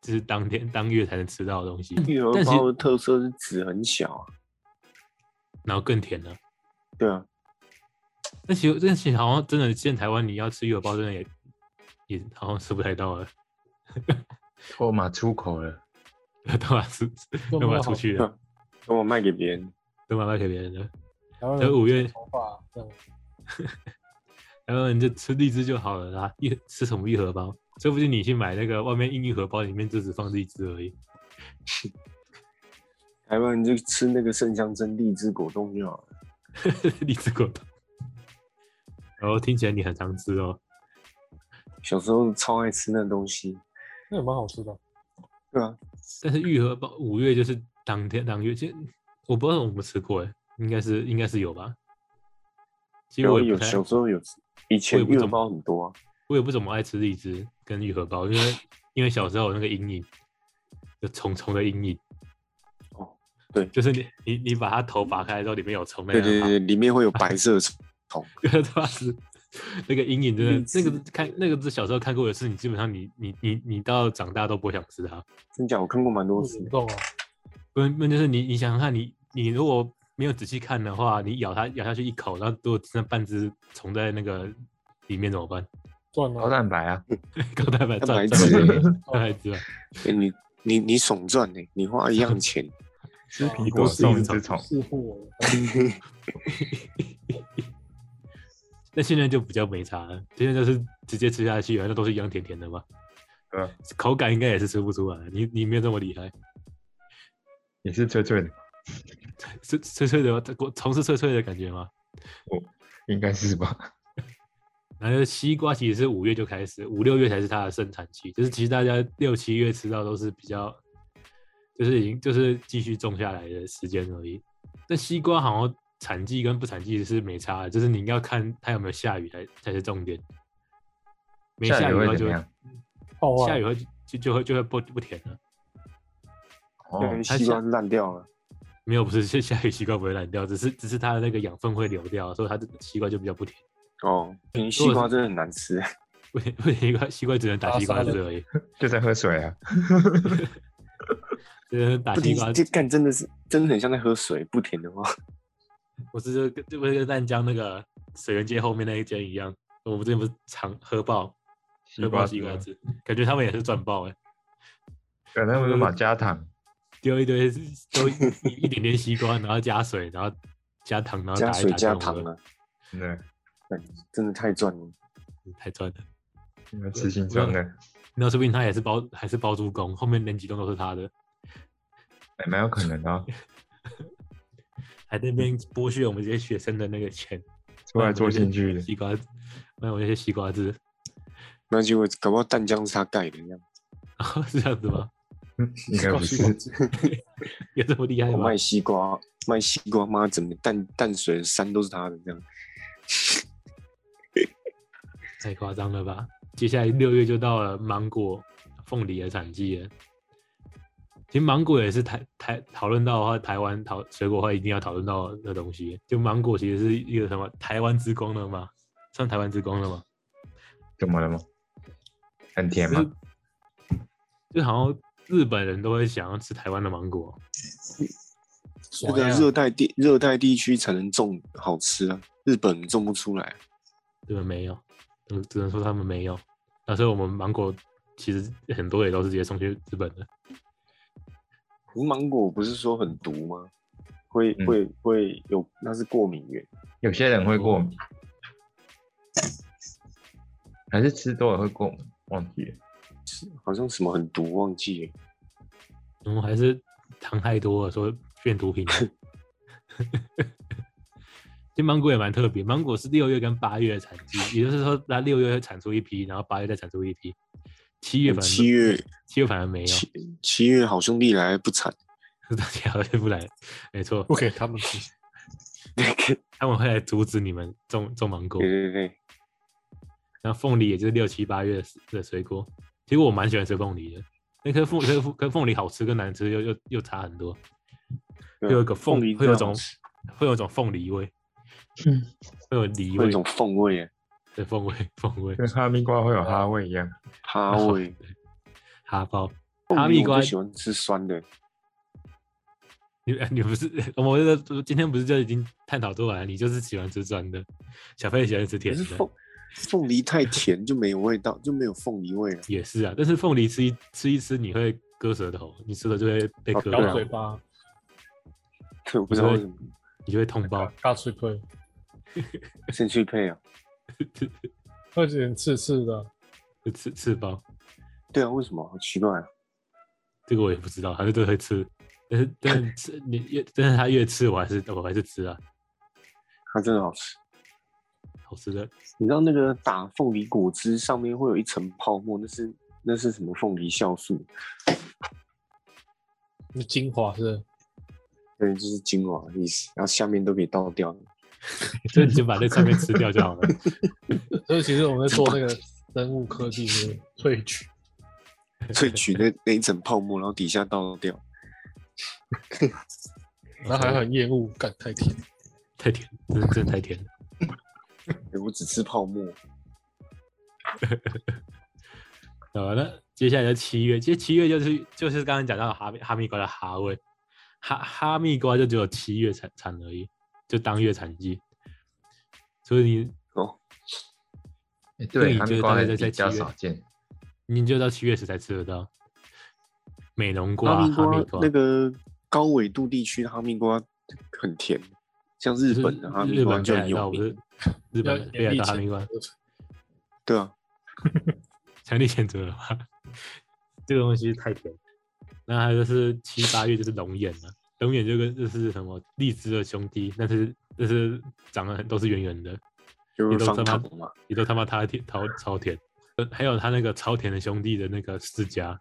S1: 就是当天当月才能吃到的东西，
S3: 玉荷
S1: 但其实
S3: 包的特色是籽很小啊，
S1: 然后更甜了。
S3: 对啊，
S1: 但其实，但其实好像真的，现在台湾你要吃鱼油包，真的也也好像吃不太到了， (laughs)
S2: 托马出口了，
S1: 都把吃都
S4: 都没有
S1: 把
S4: 好
S1: 出去了，
S3: 等我卖给别人，
S1: 都把卖给别人了。
S4: 台湾
S1: 呃
S4: 人
S1: 五月
S4: 头发这样，
S1: 台湾人就吃荔枝就好了啦，一吃什么玉荷包？说不定你去买那个外面硬玉荷包，里面就只放荔枝而已。 (laughs)
S3: 台湾人就吃那个圣香珍荔枝果冻就好了。
S1: 荔枝果冻。然后听起来你很常吃哦，
S3: 小时候超爱吃那东西，
S4: 那也蛮好吃的。
S3: 对啊，
S1: 但是玉荷包五月就是当天当月，其实我不知道我们吃过哎，应该是应该是有吧。其实
S3: 然后
S1: 我也
S3: 有
S1: 不太
S3: 小时候有吃，以前
S1: 我也不
S3: 玉荷
S1: 怎么
S3: 包很多啊，
S1: 我也不怎么爱吃荔枝跟玉荷包，因为因为小时候有那个阴影，有虫虫的阴影。
S3: 哦，对
S1: 就是你你你把它头拔开之后，里面有啊虫，那
S3: 对
S1: 样
S3: 对对，里面会有
S1: (laughs)
S3: 白色的虫，
S1: 对， (laughs) 对吧？是那个阴影真
S3: 荔
S1: 的，那个
S3: 枝
S1: 看那个是小时候看过的事，你基本上你你你你到长大都不会想吃它。
S3: 真假我看过蛮多
S4: 不
S3: 次
S4: 主
S3: 的，
S4: 动啊，
S1: 不那就是你你想想看，你你如果没有仔细看的话，你咬它咬下去一口，然后如果真的半只虫在那个里面怎么办？ (laughs)
S4: 赚
S2: 高
S4: 了、
S2: 蛋白啊，
S1: 高蛋白
S3: 蛋
S1: 占
S3: 白
S1: 占
S3: 质
S1: 了
S3: (laughs)
S4: 欸
S1: 蛋白质啊，
S3: 哎你你你爽赚呢、你花一
S1: (laughs)
S3: 样钱，
S2: 吃
S4: 啊
S2: 苹
S1: 都
S2: 果
S4: (laughs)
S1: 是一
S2: 送
S1: 只
S2: 一只虫，
S4: 是货。
S1: 但现在就比较没差了，现在就是直接吃下去，然后都是一样甜甜的嘛。
S2: 对啊
S1: 口感应该也是吃不出来，你你没有这么厉害，
S2: 也是脆脆的，
S1: 脆脆脆的吗，它虫是脆脆的感觉吗？
S2: 应该是吧？
S1: 然后西瓜其实是五月就开始，五六月才是它的盛产期，就是其实大家六七月吃到都是比较，就是已经就是继续种下来的时间而已。但西瓜好像产季跟不产季是没差的，就是你要看它有没有下雨才才是重点。没
S2: 下
S1: 雨的
S2: 雨会
S1: 话
S2: 怎
S1: 就
S2: 么样
S4: 爆坏
S1: 下雨会就就会就会不不甜了。
S2: 哦，
S3: 对，
S1: 它
S3: 西瓜
S1: 下
S3: 烂掉了，
S1: 没有，不是 (laughs) 是下雨西瓜不会烂掉，只是只是它的那个养分会流掉，所以它的西瓜就比较不甜。
S3: 哦，西瓜真的很难吃，
S1: 不甜不甜西瓜西瓜只能打
S4: 打
S1: 西瓜
S4: 沙
S1: 汁
S4: 律
S1: 而已，
S2: 就在喝水啊，
S1: (laughs) 只能打
S3: 不
S1: 西
S3: 甜
S1: 瓜
S3: 这干真的是真的很像在喝水，不甜的话，
S1: 我是就跟就跟淡江那个水源街后面那一间一样，我们之前不是常喝爆
S2: 西
S1: 喝爆
S2: 瓜
S1: 西瓜
S2: 汁啊
S1: 汁，感觉他们也是赚爆哎、
S2: 对，那个马加
S1: (laughs)
S2: 糖，
S1: 丢一堆都一一点点西瓜，然后加水，然后加糖，然后
S3: 加
S1: 啊打一
S3: 水
S1: 打
S3: 加
S1: 这种
S3: 糖
S1: 喝
S3: 啊，
S2: 真的，
S3: 真的太赚了。
S1: 太赚了。
S2: 你们吃新装的，
S1: (laughs) 那说不定他也是包还是包租公，后面连几栋都是他的，
S2: 哎，蛮有可能
S1: (laughs)
S2: 的哦。
S1: 还在那边剥削我们这些学生的那个钱，
S2: 出来做兴趣的，
S1: 西瓜，卖我们那些西瓜汁，
S3: 那就搞不好淡江是他盖的，这样
S1: (laughs) 是这样子吗？
S2: 应该不是。
S1: 有这么厉害
S3: 我
S1: 吗？
S3: 哦卖西瓜，卖西瓜，妈整个淡淡水山都是他的，这样
S1: 太夸张了吧！接下来六月就到了芒果、凤梨的产季了。其实芒果也是台台讨论到的话，台湾讨水果的话一定要讨论到的东西。就芒果其实是一个什么台湾之光了吗？算台湾之光了吗？
S2: 怎么了吗？很甜吗？
S1: 就好像日本人都会想要吃台湾的芒果，啊
S3: 那个
S4: 哇
S3: 热带地热带地区才能种好吃啊，日本种不出来。
S1: 日本没有，嗯只能说他们没有。那所以我们芒果其实很多也都是直接送去日本的。
S3: 可是芒果不是说很毒吗？会
S2: 嗯
S3: 会会有，那是过敏源。
S2: 有些人会过敏，还是吃多了会过敏？忘记了。
S3: 好像什么很毒，忘记了。
S1: 我们还是糖太多了，说变毒品了。啊 (laughs) 其实芒果也蛮特别，芒果是六月跟八月的产季，也就是说它六月会产出一批，然后八月再产出一批，七月反而
S3: 哦七月
S1: 七月反而没有，
S3: 七七月好兄弟来不惨，
S1: (laughs) 大家回不来，没错，
S4: 不给他们吃，
S1: 他们会来阻止你们种种芒果
S3: 对。对对，
S1: 那凤梨也就是六七八月的水果，其实我蛮喜欢吃凤梨的。那颗凤颗凤颗凤梨好吃跟难吃又又又差很多，会
S3: 对啊
S1: 有一个凤
S3: 凤梨
S1: 会有
S3: 真的好
S1: 种会有种凤梨味，
S2: 嗯
S1: 会有梨
S3: 会有
S1: 味
S3: 一，种凤味啊
S1: (laughs)
S3: 耶，
S1: 对凤味凤味。
S2: 跟哈密瓜会有哈味一样，
S3: 哈味。
S1: 哈包，
S3: 凤梨
S1: 哈密
S3: 我
S1: 瓜
S3: 不，喜欢吃酸的，
S1: 你你不是我们这个今天不是就已经探讨出来了，你就是喜欢吃酸的，小飞也喜欢吃
S3: 可
S1: 甜
S3: 是
S1: 的
S3: 凤，凤梨太甜就没有味道，就没有凤梨味了。
S1: 也是啊。但是凤梨吃一吃一吃，你会割舌头，你吃了就会被
S3: 哦
S1: 割
S3: 对
S4: 咬
S3: 啊
S1: 到
S4: 嘴，巴，
S3: 对， (laughs) 我不知道
S1: 对
S3: 为什么，
S1: 你就会痛爆。
S4: 大吃亏，
S3: 肾去配啊。
S4: 会有点刺刺的。
S1: 就吃吃包，
S3: 对啊，为什么？好奇怪啊！
S1: 这个我也不知道，反正都会吃。但是但是吃你越，但是他越吃，我还是我还是吃啊，
S3: 它真的好吃。
S1: 好吃的。
S3: 你知道那个打凤梨果汁上面会有一层泡沫，那是那是什么凤梨酵素？
S4: 那精华是
S3: 对，就是精华的意思。然后下面都给倒
S1: (laughs)
S3: 掉了。
S1: 所以你就把那上面吃掉就好了。
S4: 所以其实我们在做那个生物科技的萃取，
S3: 萃取那那一层泡沫，然后底下倒掉。
S1: 嗯
S4: 然后还很厌恶，感太甜。
S1: 太甜，真的真的太甜了。
S3: 欸我只吃泡沫，
S1: 好，那接下来就七月，其实七月就是就是刚刚讲到的哈密哈密瓜的哈味，哈哈密瓜就只有七月产产而已，就当月产季，所以
S2: 哎
S1: 对
S2: 对，
S1: 你
S2: 哈
S1: 觉
S2: 密
S1: 得
S2: 瓜
S1: 大概
S2: 还
S1: 在
S2: 是
S1: 在
S2: 比较
S1: 七月
S2: 少见。
S1: 你你就到七月时才吃得到。美浓瓜、
S3: 哈密
S1: 哈
S3: 瓜
S1: 密瓜
S3: 那，个高纬度地区的哈密瓜很甜，像
S1: 就
S3: 日
S1: 是
S3: 本的哈密
S1: 日
S3: 瓜
S1: 本
S3: 就
S1: 北
S3: 很
S1: 海道
S3: 有
S1: 不
S3: 名
S1: 是，日
S4: 要
S1: 本北海道哈密瓜，
S3: 对啊，
S1: 强力谴责了吧？ (laughs) 这个东西太甜。那还有就是七八月就是龙眼了、龙眼就跟就是什么荔枝的兄弟，但是但是长得很都是圆圆的，
S3: 就
S1: 你
S3: 是
S1: 都
S3: 放
S1: 这么
S3: 糖嘛，
S1: 也都他妈他甜超超甜。呃还有他那个超甜的兄弟的那个世家，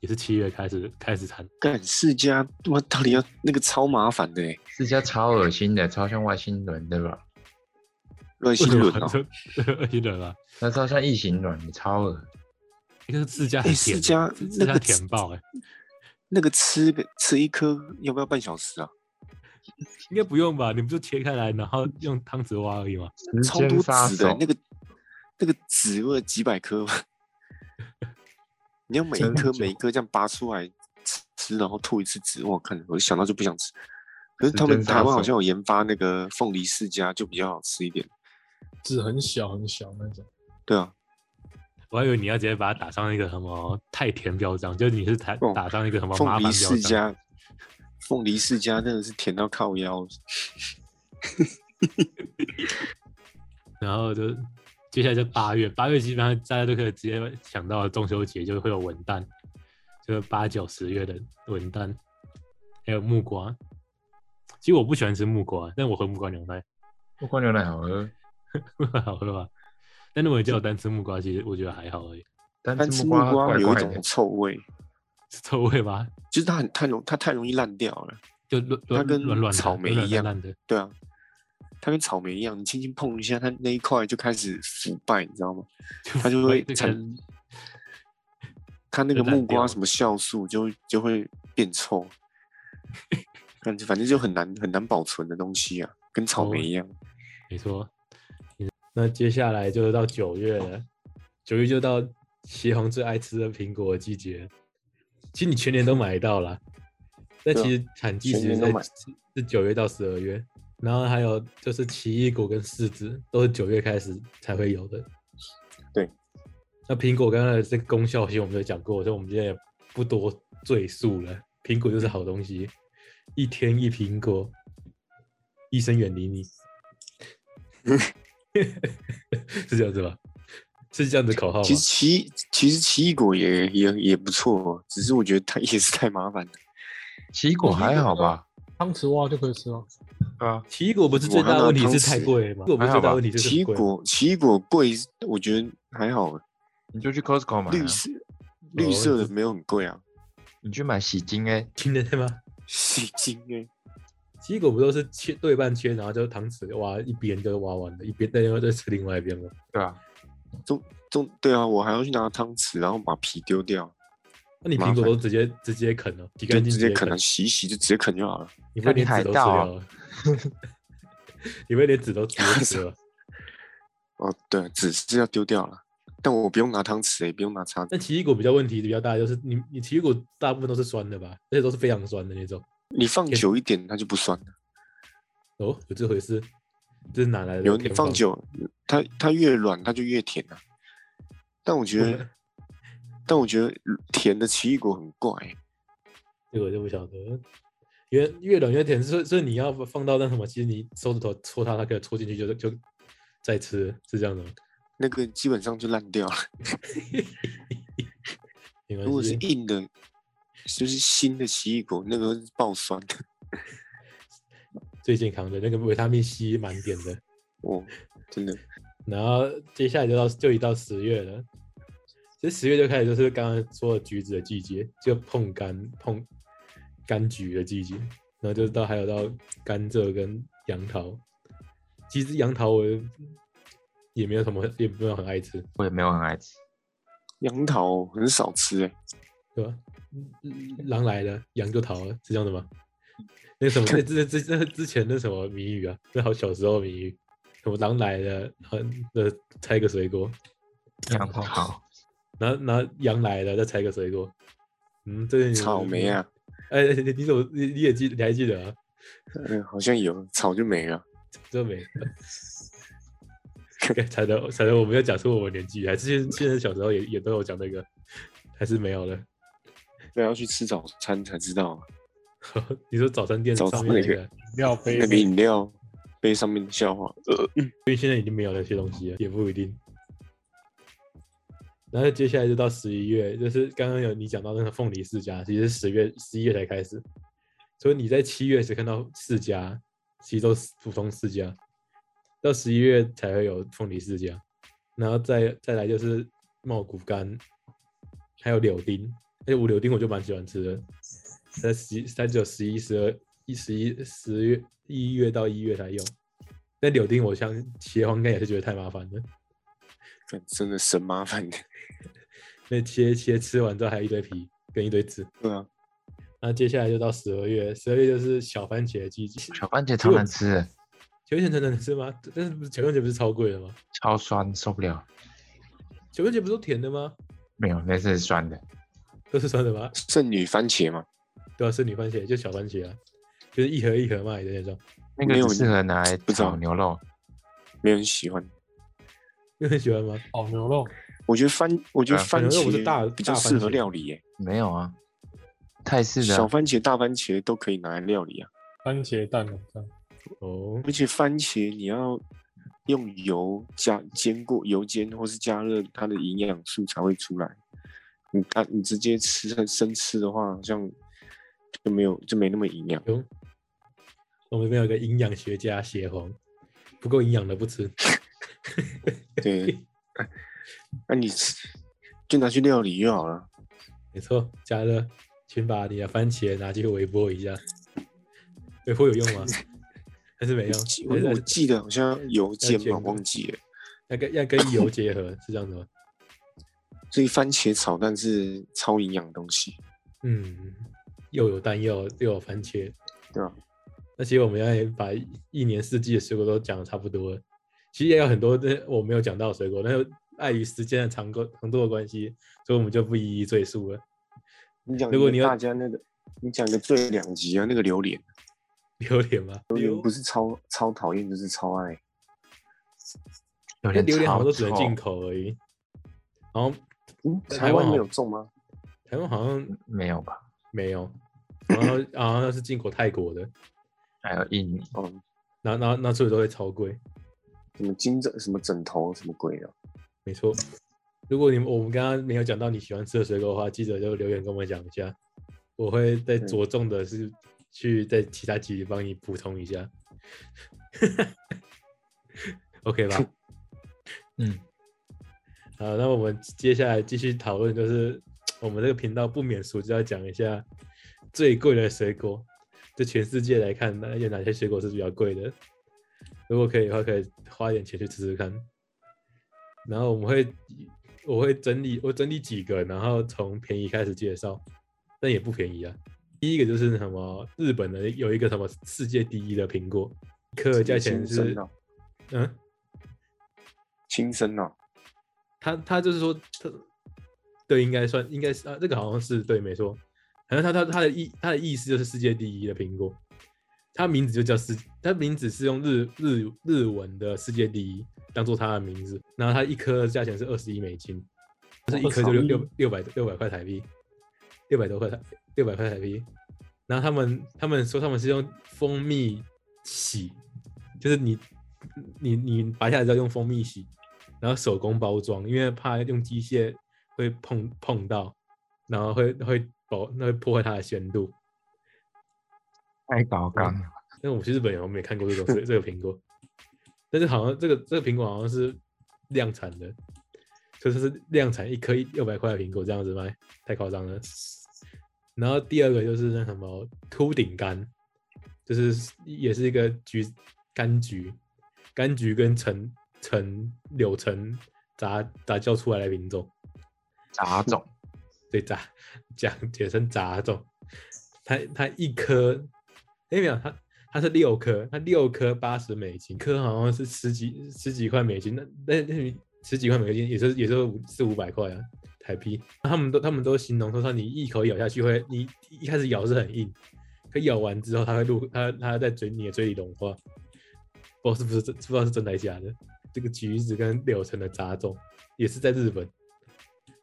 S1: 也是七月开始开始产，
S3: 干世家他妈到底要那个超麻烦的欸，
S2: 这家超恶心的，超像外星人的吧？
S3: 乱
S1: 为
S3: 新
S1: 什么
S3: 轮啊，
S1: 就恶心人啊？
S2: 那超像异形卵的，超恶。
S1: 一个是世家
S3: 哎
S1: 很
S3: 世
S1: 甜的，
S3: 家
S1: 世
S3: 那
S1: 世家
S3: 个
S1: 甜爆哎、
S3: 那个吃个吃一颗要不要半小时啊？
S1: 应该不用吧？你不就切开来，然后用汤匙挖而已吗？
S2: 时
S3: 超
S2: 间
S3: 多
S2: 杀
S3: 籽的欸
S2: 手，
S3: 那个那个籽为了几百颗
S2: (laughs)
S3: 吧，你要每一
S2: 真
S3: 颗
S2: 久
S3: 每一颗这样拔出来吃吃，然后吐一次籽，我看我想到就不想吃。可是
S2: 时
S3: 他们
S2: 间杀
S3: 台湾好
S2: 手
S3: 像有研发那个凤梨世家，就比较好吃一点。
S4: 籽很小很小那种，
S3: 对啊，
S1: 我还以为你要直接把它打上那个什么太甜标章，就是你是打
S3: 哦
S1: 打上一个什么麻
S3: 凤
S1: 烦
S3: 梨
S1: 标
S3: 世
S1: 章。
S3: 家，凤梨世家真的是甜到靠腰。
S1: 然后就接下来就八月，八月基本上大家都可以直接想到中秋节就会有文旦，就是八九十月的文旦，还有木瓜。其实我不喜欢吃木瓜，但我喝木瓜牛奶， (laughs)
S2: 不过牛奶好喝，
S1: 好喝吧？但如果你叫我单吃木瓜，其实我觉得还好而已，
S2: 但
S3: 但
S2: 是
S3: 吃
S2: 木
S3: 木
S2: 瓜
S3: 瓜
S2: 怪
S3: 有一
S2: 怪的
S3: 种。臭味，
S1: 是臭味吧？
S3: 就是它很太容它太容易烂掉了。
S1: 就软
S3: 它
S1: 软
S3: 跟
S1: 软软的
S3: 草莓
S1: 软
S3: 一样
S1: 烂烂的，
S3: 对啊，它跟草莓一样，你轻轻碰一下，它那一块就开始腐败，你知道吗？它就会
S1: 这
S3: 产
S1: 个
S3: 它那个
S1: 就烂
S3: 木瓜
S1: 掉
S3: 什么酵素就会就会变臭，
S1: (laughs)
S3: 反正反正就很难很难保存的东西啊，跟草莓
S1: 哦
S3: 一样。
S1: 没错。那接下来就是到九月了，九月就到祁红最爱吃的苹果的季节。其实你全年都买得到啦，但
S3: 对啊
S1: 其实产季
S3: 全
S1: 其实
S3: 年都
S1: 在
S3: 买
S1: 是九月到十二月，然后还有就是奇异果跟柿子都是九月开始才会有的。
S3: 对，
S1: 那苹果刚刚的这个功效性我们就讲过，所以我们今天也不多赘述了。苹果就是好东西，一天一苹果，医生远离你， (laughs) 是这样子吧？是这样子口号吗
S3: 其？实奇异其实奇异果也也也不错哦，只是我觉得它 (laughs) 也是太麻烦了。
S2: 奇异果还好吧？
S4: 汤匙挖就可以吃哦了。
S2: 对啊，
S1: 奇异果不是最大的问题是太贵吗？奇异果不是最大的问题就是
S3: 奇
S1: 很
S3: 异
S1: 贵。
S3: 果奇异果贵，我觉得还好哦，
S2: 你就去 Costco 买、
S3: 绿
S2: 啊，
S3: 色绿色
S1: 哦你
S3: 的
S1: 是
S3: 没有很贵啊，
S2: 你去买洗精哎、
S1: 听得见吗？
S3: (laughs) 洗精哎，
S1: 奇异果不都是切对半切，然后就汤匙挖一边就挖完了，一边再又再吃另外一边吗？
S2: 对啊，
S3: 中中对啊，我还要去拿汤匙，然后把皮丢掉，
S1: 那你
S3: 麻
S1: 苹果
S3: 烦
S1: 都直接直接啃了，洗
S3: 就
S1: 干净
S3: 直接
S1: 啃
S3: 啃了，，洗一洗就直接啃就好了。
S1: 你会连
S2: 看
S1: 籽
S2: 你
S3: (laughs)
S1: 都
S2: 海
S1: 吃
S2: 盗啊
S1: 掉了？你会连籽都直接吃了？
S3: 哦，对，只是要丢掉了，但我不用拿汤匙，也不用拿叉子，
S1: 但奇异果比较问题比较大，就是你你奇异果大部分都是酸的吧，而且都是非常酸的那种。
S3: 你放
S1: 天
S3: 久一点它就不酸了。
S1: 哦，有这回事？这是哪来的
S3: 有
S1: 偏方？
S3: 你放久，它它越软它就越甜啊。但我觉
S1: (laughs)
S3: 得，但我觉得甜的奇异果很怪，欸
S1: 这个我就不晓得。越越冷越甜，所以所以你要放到那什么，其实你手指头戳它，它可以戳进去就就再吃，是这样的吗？
S3: 那个基本上就烂掉了。
S1: 没
S3: 如果
S1: 关
S3: 是
S1: 系，
S3: 硬的，就是新的奇异果，那个是爆酸的。
S1: 最健康的那个维他命 C 满点的。
S3: 哦，真的，
S1: 然后接下来就到就一到十月了，其实十月就开始就是刚刚说的橘子的季节，就碰柑碰柑橘的季节，然后就是到还有到甘蔗跟杨桃。其实杨桃我也没有什么，也没有很爱吃，
S2: 我也没有很爱吃。
S3: 杨桃很少吃哎、
S1: 对吧？嗯狼来了，羊就逃了，是这样的吗？那什么，那之之那之前那什么谜语啊，那好小时候谜语，什么狼来了，呃，呃猜个水果，
S2: 杨桃好，
S1: 然后然后羊来了，再采个水果。嗯，这是你
S3: 草莓啊！，
S1: 哎，哎你你怎么你你也记你还记得啊？
S3: 嗯，好像有草就没了。
S1: 这
S3: (laughs)
S1: 没，才能才能我们要讲出我们年纪，还是现现在小时候也也都有讲那个，还是没有了。
S3: 对，要去吃早餐才知道啊，
S1: 你说早餐店
S3: 早
S1: 上
S3: 餐
S1: 面那
S3: 那个
S1: 个，
S4: 饮料杯
S3: 那个饮料杯上面的笑话。呃，
S1: 因为现在已经没有那些东西了，也不一定。然后接下来就到十一月，就是刚刚有你讲到那个凤梨世家，其实十月、十一月才开始，所以你在七月只看到世家，其实都是普通世家，到十一月才会有凤梨世家，然后再再来就是茂谷柑，还有柳丁，而且五柳丁我就蛮喜欢吃的，在十在只有十一、十二、一十一、十月一月到一月才有，但柳丁我相信茄黄应该也是觉得太麻烦了。
S3: 干真的神麻烦 (laughs) 的。
S1: 那切切吃完之后还有一堆皮跟一堆籽。
S3: 对啊，
S1: 那接下来就到十二月，十二月就是小番茄的季节。
S2: 小番茄超难吃的，
S1: 九月前真的能吃吗？但是不是九月节不是超贵的吗？
S2: 超酸，受不了。
S1: 九月节不是都甜的吗？
S2: 没有，那是酸的。
S1: 都是酸的吗？
S3: 剩女番茄嘛，
S1: 对啊，是女番茄，就小番茄啊，就是一盒一盒卖的那种。
S2: 那
S3: 没有
S2: 个只适合拿来
S3: 不知道
S2: 炒牛肉，
S3: 没有人喜欢。
S1: 你很喜欢吗？
S4: 烤哦牛肉，
S3: 我觉得番，我觉得
S2: 啊
S3: 番
S1: 反正我是大
S3: 茄比较
S1: 大番
S3: 适合
S1: 茄
S3: 料理耶、
S2: 没有啊，泰式的
S3: 小
S2: 啊
S3: 番茄、大番茄都可以拿来料理啊。
S4: 番茄蛋啊，这样
S1: 哦，
S3: 而且番茄你要用油加煎过、油煎或是加热，它的营养素才会出来。你它你直接吃生吃的话，好像就没有就没那么营养。
S1: 有。我们这边有个营养学家血红，不够营养的不吃。 (laughs)
S3: 对，那、你吃就拿去料理就好了。
S1: 没错，加热，请把你的番茄拿去微波一下。微波有用吗？还是没用？
S3: 记
S1: 还是
S3: 我我记得好像油煎
S1: 煎
S3: 嘛，
S1: 过
S3: 忘记了。
S1: 要跟要跟油结合，是这样子吗？
S3: 所以番茄炒蛋是超营养的东西。
S1: 嗯，又有蛋，又有又有番茄，
S3: 对啊。
S1: 那其实我们要也把一年四季的水果都讲的差不多了，其实也有很多的我没有讲到的水果，但是碍于时间的长够长度的关系，所以我们就不一一赘述了。 (laughs)
S3: 你讲，
S1: 如果你要
S3: 大家那个，你讲个最两极啊，那个榴莲，
S1: 榴莲吗？
S3: 榴莲不是超超讨厌，就是超爱。
S1: 那
S2: 有点
S1: 榴莲好哦像
S2: 超
S1: 都只能进
S2: 臭。
S1: 口而已。然后
S3: 嗯，
S1: 台
S3: 台
S1: 湾
S3: 湾
S1: 好
S3: 没有种吗？
S1: 台湾好像
S2: 没有吧？
S1: 没有，然后好像是进口泰国的，
S2: 还有印尼，
S3: 哦，
S1: 那那那所以都会超贵。
S3: 什么金枕、什么枕头、什么鬼啊的、
S1: 没错。如果你们我们刚刚没有讲到你喜欢吃的水果的话，记得就留言跟我们讲一下，我会再
S3: 嗯
S1: 着重的是去在其他集帮你补充一下 (laughs) ，OK 吧？
S2: 嗯，
S1: 好，那我们接下来继续讨论，就是我们这个频道不免俗就要讲一下最贵的水果，就全世界来看，那有哪些水果是比较贵的？如果可以的话，可以花一点钱去吃吃看。然后我们会，我会整理，我整理几个，然后从便宜开始介绍，但也不便宜啊。第一个就是什么，日本的有一个什么世界第一的苹果，一克价钱
S3: 亲生
S1: 是
S3: 的哦，
S1: 嗯。
S3: 亲生的哦，
S1: 他他就是说，他对应该算应该是啊，这个好像是对，没错。反正他他他的意他的意思就是世界第一的苹果，他名字就叫世，他名字是用日日日文的世界第一当做他的名字，然后他一颗价钱是二十一美金，就是一颗就六六六百六百块台币，六百多块台六百块台币。然后他们他们说他们是用蜂蜜洗，就是你你你拔下来之后用蜂蜜洗，然后手工包装，因为怕用机械会碰碰到，然后会会保那会破坏它的鲜度。
S2: 太高纲了。
S1: 但我去日本我没看过这种这这个苹果，但是好像这个这个苹果好像是量产的，就是是量产一颗六百块的苹果这样子卖，太夸张了。然后第二个就是那什么秃顶柑，就是也是一个橘柑橘，柑橘跟橙橙柳橙杂杂交出来的品种，
S2: 杂种，
S1: 对杂讲简称杂种，它它一颗，哎没有它它是六颗，它六颗八十美金，一颗好像是十几十几块美金，那那那十几块美金也是也是五四五百块啊台币，他们都他们都形容说，它你一口咬下去会，你一开始咬是很硬，可咬完之后它会入它它在嘴你的嘴里融化，不知道是不是真不知道是真的还是假的，这个橘子跟柳橙的杂种也是在日本。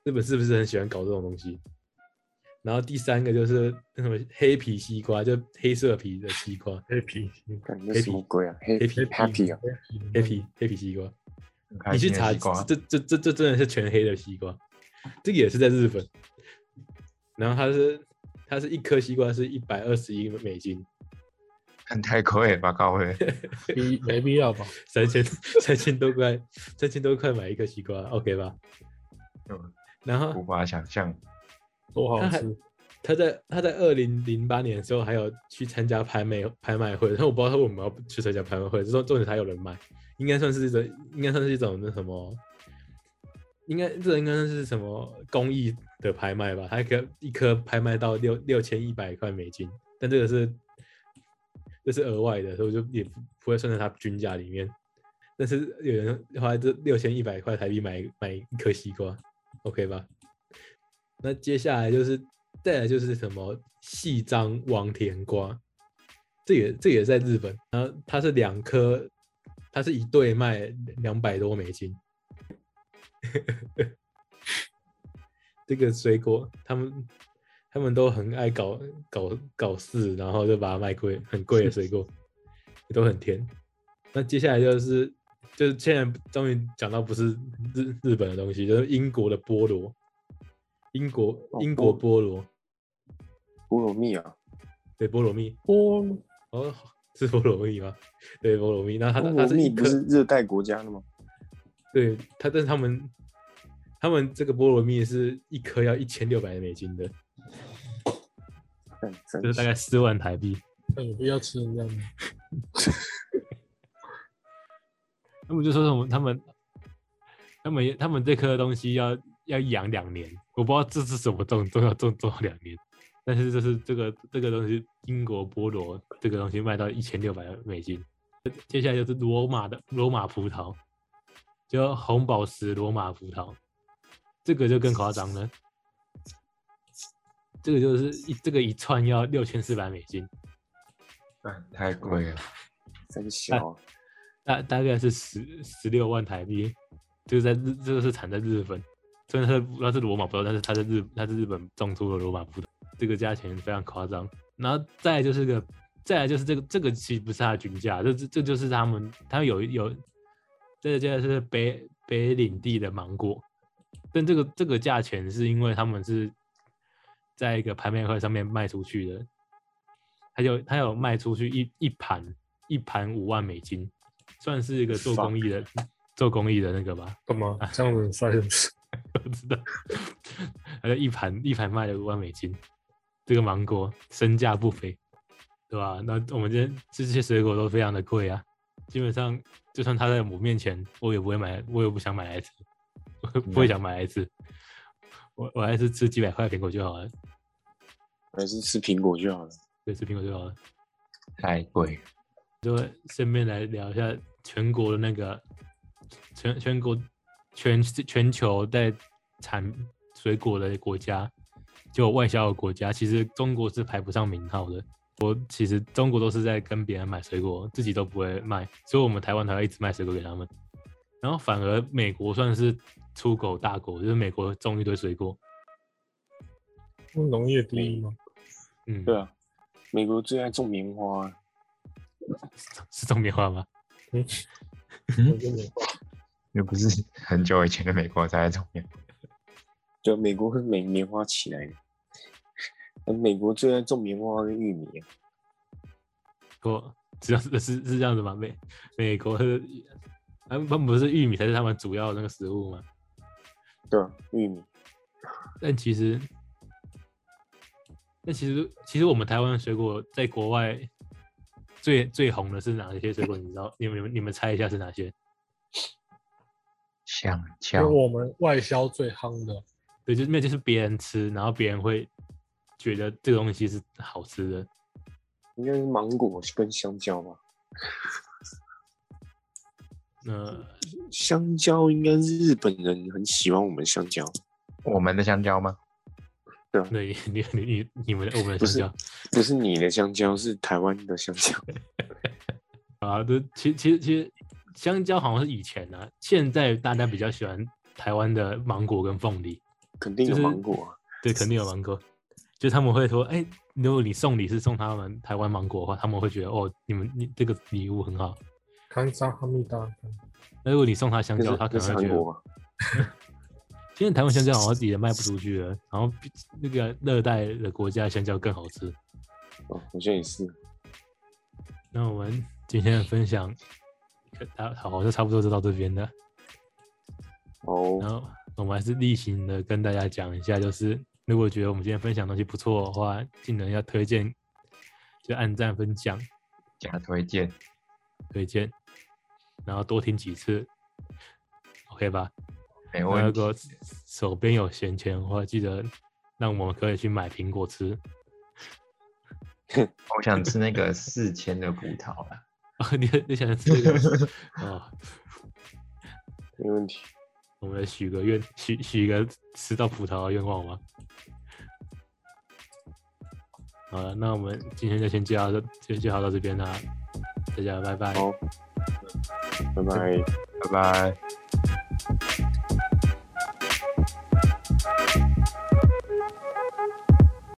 S1: 日本是不是很喜欢搞这种东西？然后第三个就是那什么黑皮西瓜，就黑色皮的西瓜，
S4: 黑皮，
S3: 干那什么鬼啊？黑
S1: 黑皮
S3: happy
S2: 哦
S3: 啊，
S1: 黑皮黑皮西瓜。
S2: 很开
S1: 你去
S2: 心的
S1: 查，
S2: 西瓜
S1: 这这这这真的是全黑的西瓜，这个也是在日本。然后它是它是一颗西瓜是一百二十一美金，
S2: 看太贵了吧，高伟。
S4: 必没必要吧？
S1: 三千三千多块，三千多块买一个西瓜，OK 吧？
S2: 嗯
S1: 然后
S2: 无法想象，
S4: 多好
S1: 他还
S4: 吃！
S1: 他在他在二零零八年的时候还有去参加拍卖拍卖会，但我不知道他为什么要去参加拍卖会，重重点还有人买，应该算是一种应该算是一种那什么，应该这应该算是什么公益的拍卖吧？他一颗一颗拍卖到六六千一百块美金，但这个是这是额外的，所以我就也不不会算在他均价里面。但是有人花这六千一百块台币买买一颗西瓜，OK 吧？那接下来就是再来就是什么细章王甜瓜，这也这也在日本，然后它是两颗，它是一对卖两百多美金。这个水果他们他们都很爱搞搞搞事，然后就把它卖贵，很贵的水果都很甜。那接下来就是就是现在终于讲到不是日日本的东西，就是英国的菠萝。英国
S3: 哦
S1: 英国菠萝，
S3: 菠萝蜜啊，
S1: 对菠萝蜜，
S4: 菠
S1: 哦， (laughs) 是菠萝蜜吗？ (laughs) 对菠萝蜜，然后它
S3: 菠
S1: 它
S3: 萝
S1: 是一
S3: 蜜不
S1: 颗
S3: 是热带国家的吗？
S1: 对它，但是他们他们这个菠萝蜜是一颗要一千六百美金的，
S3: 干真
S1: 就是大概四万台币。
S4: 那有必要吃成这样吗？
S1: 啊他们就说什么他们他们他们这颗东西要要养两年，我不知道这是什么种种要种种两年，但是这是这个这个东西英国菠萝这个东西卖到一千六百美金，接下来就是罗马的罗马葡萄，就红宝石罗马葡萄，这个就更夸张了，这个就是一这个一串要六千四百美金，
S2: 干太贵了。
S3: 真小啊，
S1: 大大概是十十六万台币，就是在日，这个是产在日本，虽然它是它是罗马葡萄，但是它在日它在日本种出了罗马葡萄，这个价钱非常夸张。然后再来就是个，再来就是这个这个其实不是它的均价，这这这就是他们他们有有，这个价是北北领地的芒果，但这个这个价钱是因为他们是在一个拍卖会上面卖出去的，他有他有卖出去一一盘一盘五万美金。算是一个做公益的做公益的那个吧，
S4: 干嘛这样子很帅是不是？
S1: 我知道。他就一盘一盘卖了五万美金，这个芒果身价不菲，对吧？那我们今天这些水果都非常的贵啊，基本上就算它在我面前，我也不会买，我也不想买来吃， (laughs) 我也不会想买来吃，我我还是吃几百块的苹果就好了，
S3: 还是吃苹果就好了。
S1: 对，吃苹果就好了。
S2: 太贵了，
S1: 就顺便来聊一下全国的那个全全国全全球在产水果的国家，就外销的国家，其实中国是排不上名号的。我其实中国都是在跟别人买水果，自己都不会卖，所以我们台湾才会一直卖水果给他们。然后反而美国算是出口大国，就是美国种一堆水果，
S4: 农业第一吗？
S1: 嗯，
S3: 对啊，美国最爱种棉花啊，
S1: 是种棉花吗？嗯
S4: 我就没有
S2: 又不是很久以前的美国才在种棉
S3: 对啊，美国是美棉花起来的。呃美国最爱种棉花跟玉米啊，
S1: 国，知道是是是这样子吗？美美国是，他们不是玉米才是他们主要的那个食物吗？
S3: 对啊，玉米。
S1: 但其实，但其实其实我们台湾的水果在国外最最红的是哪一些水果？你知道？你们你们你们猜一下是哪些？
S2: 香
S4: 因
S2: 蕉
S4: 为。我们外销最夯的，
S1: 对，就是没有，就是别人吃，然后别人会觉得这个东西是好吃的。
S3: 应该是芒果跟香蕉吧，
S1: 呃，
S3: 香蕉应该是日本人很喜欢我们香蕉，
S2: 我们的香蕉吗？
S1: 那你你你你你们我们的
S3: 不
S1: 香
S3: 是
S1: 蕉，
S3: 不是你的香蕉，是台湾的香蕉。
S1: 啊，对，其其实其实香蕉好像是以前啊，现在大家比较喜欢台湾的芒果跟凤梨，
S3: 肯定有
S1: 就是
S3: 芒果啊，
S1: 对，肯定有芒果。就他们会说，哎、如果你送礼是送他们台湾芒果的话，他们会觉得哦，你们你这个礼物很好。
S4: 康萨哈密达，
S1: 那如果你送他香
S3: 那
S1: 蕉，
S3: 是
S1: 他可
S3: 那是
S1: 能会
S3: 韩
S1: 觉得
S3: 国啊吧？
S1: 现在台湾香蕉好像也卖不出去了，然后比那个热带的国家香蕉更好吃。
S3: 哦，好像也是。
S1: 那我们今天的分享，好好像差不多就到这边了。
S3: 哦，
S1: 然后我们还是例行的跟大家讲一下，就是如果觉得我们今天分享的东西不错的话，尽量要推荐，就按赞、分享、
S2: 假推荐，
S1: 推荐，然后多听几次，OK 吧？
S2: 没
S1: 然后
S2: 问
S1: 如
S2: 题。
S1: 果手边有闲钱的话，记得让我们可以去买苹果吃。
S2: 我想吃那个四千的葡萄啦。
S1: 哦，你你想吃这
S2: (laughs)
S1: 个？哦，
S3: 没问题。
S1: 我们来许个愿，许许一个吃到葡萄的愿望吧。好了，那我们今天就先介绍到就介绍到这边啦，大家拜拜。
S3: 好，拜拜。
S2: 拜拜。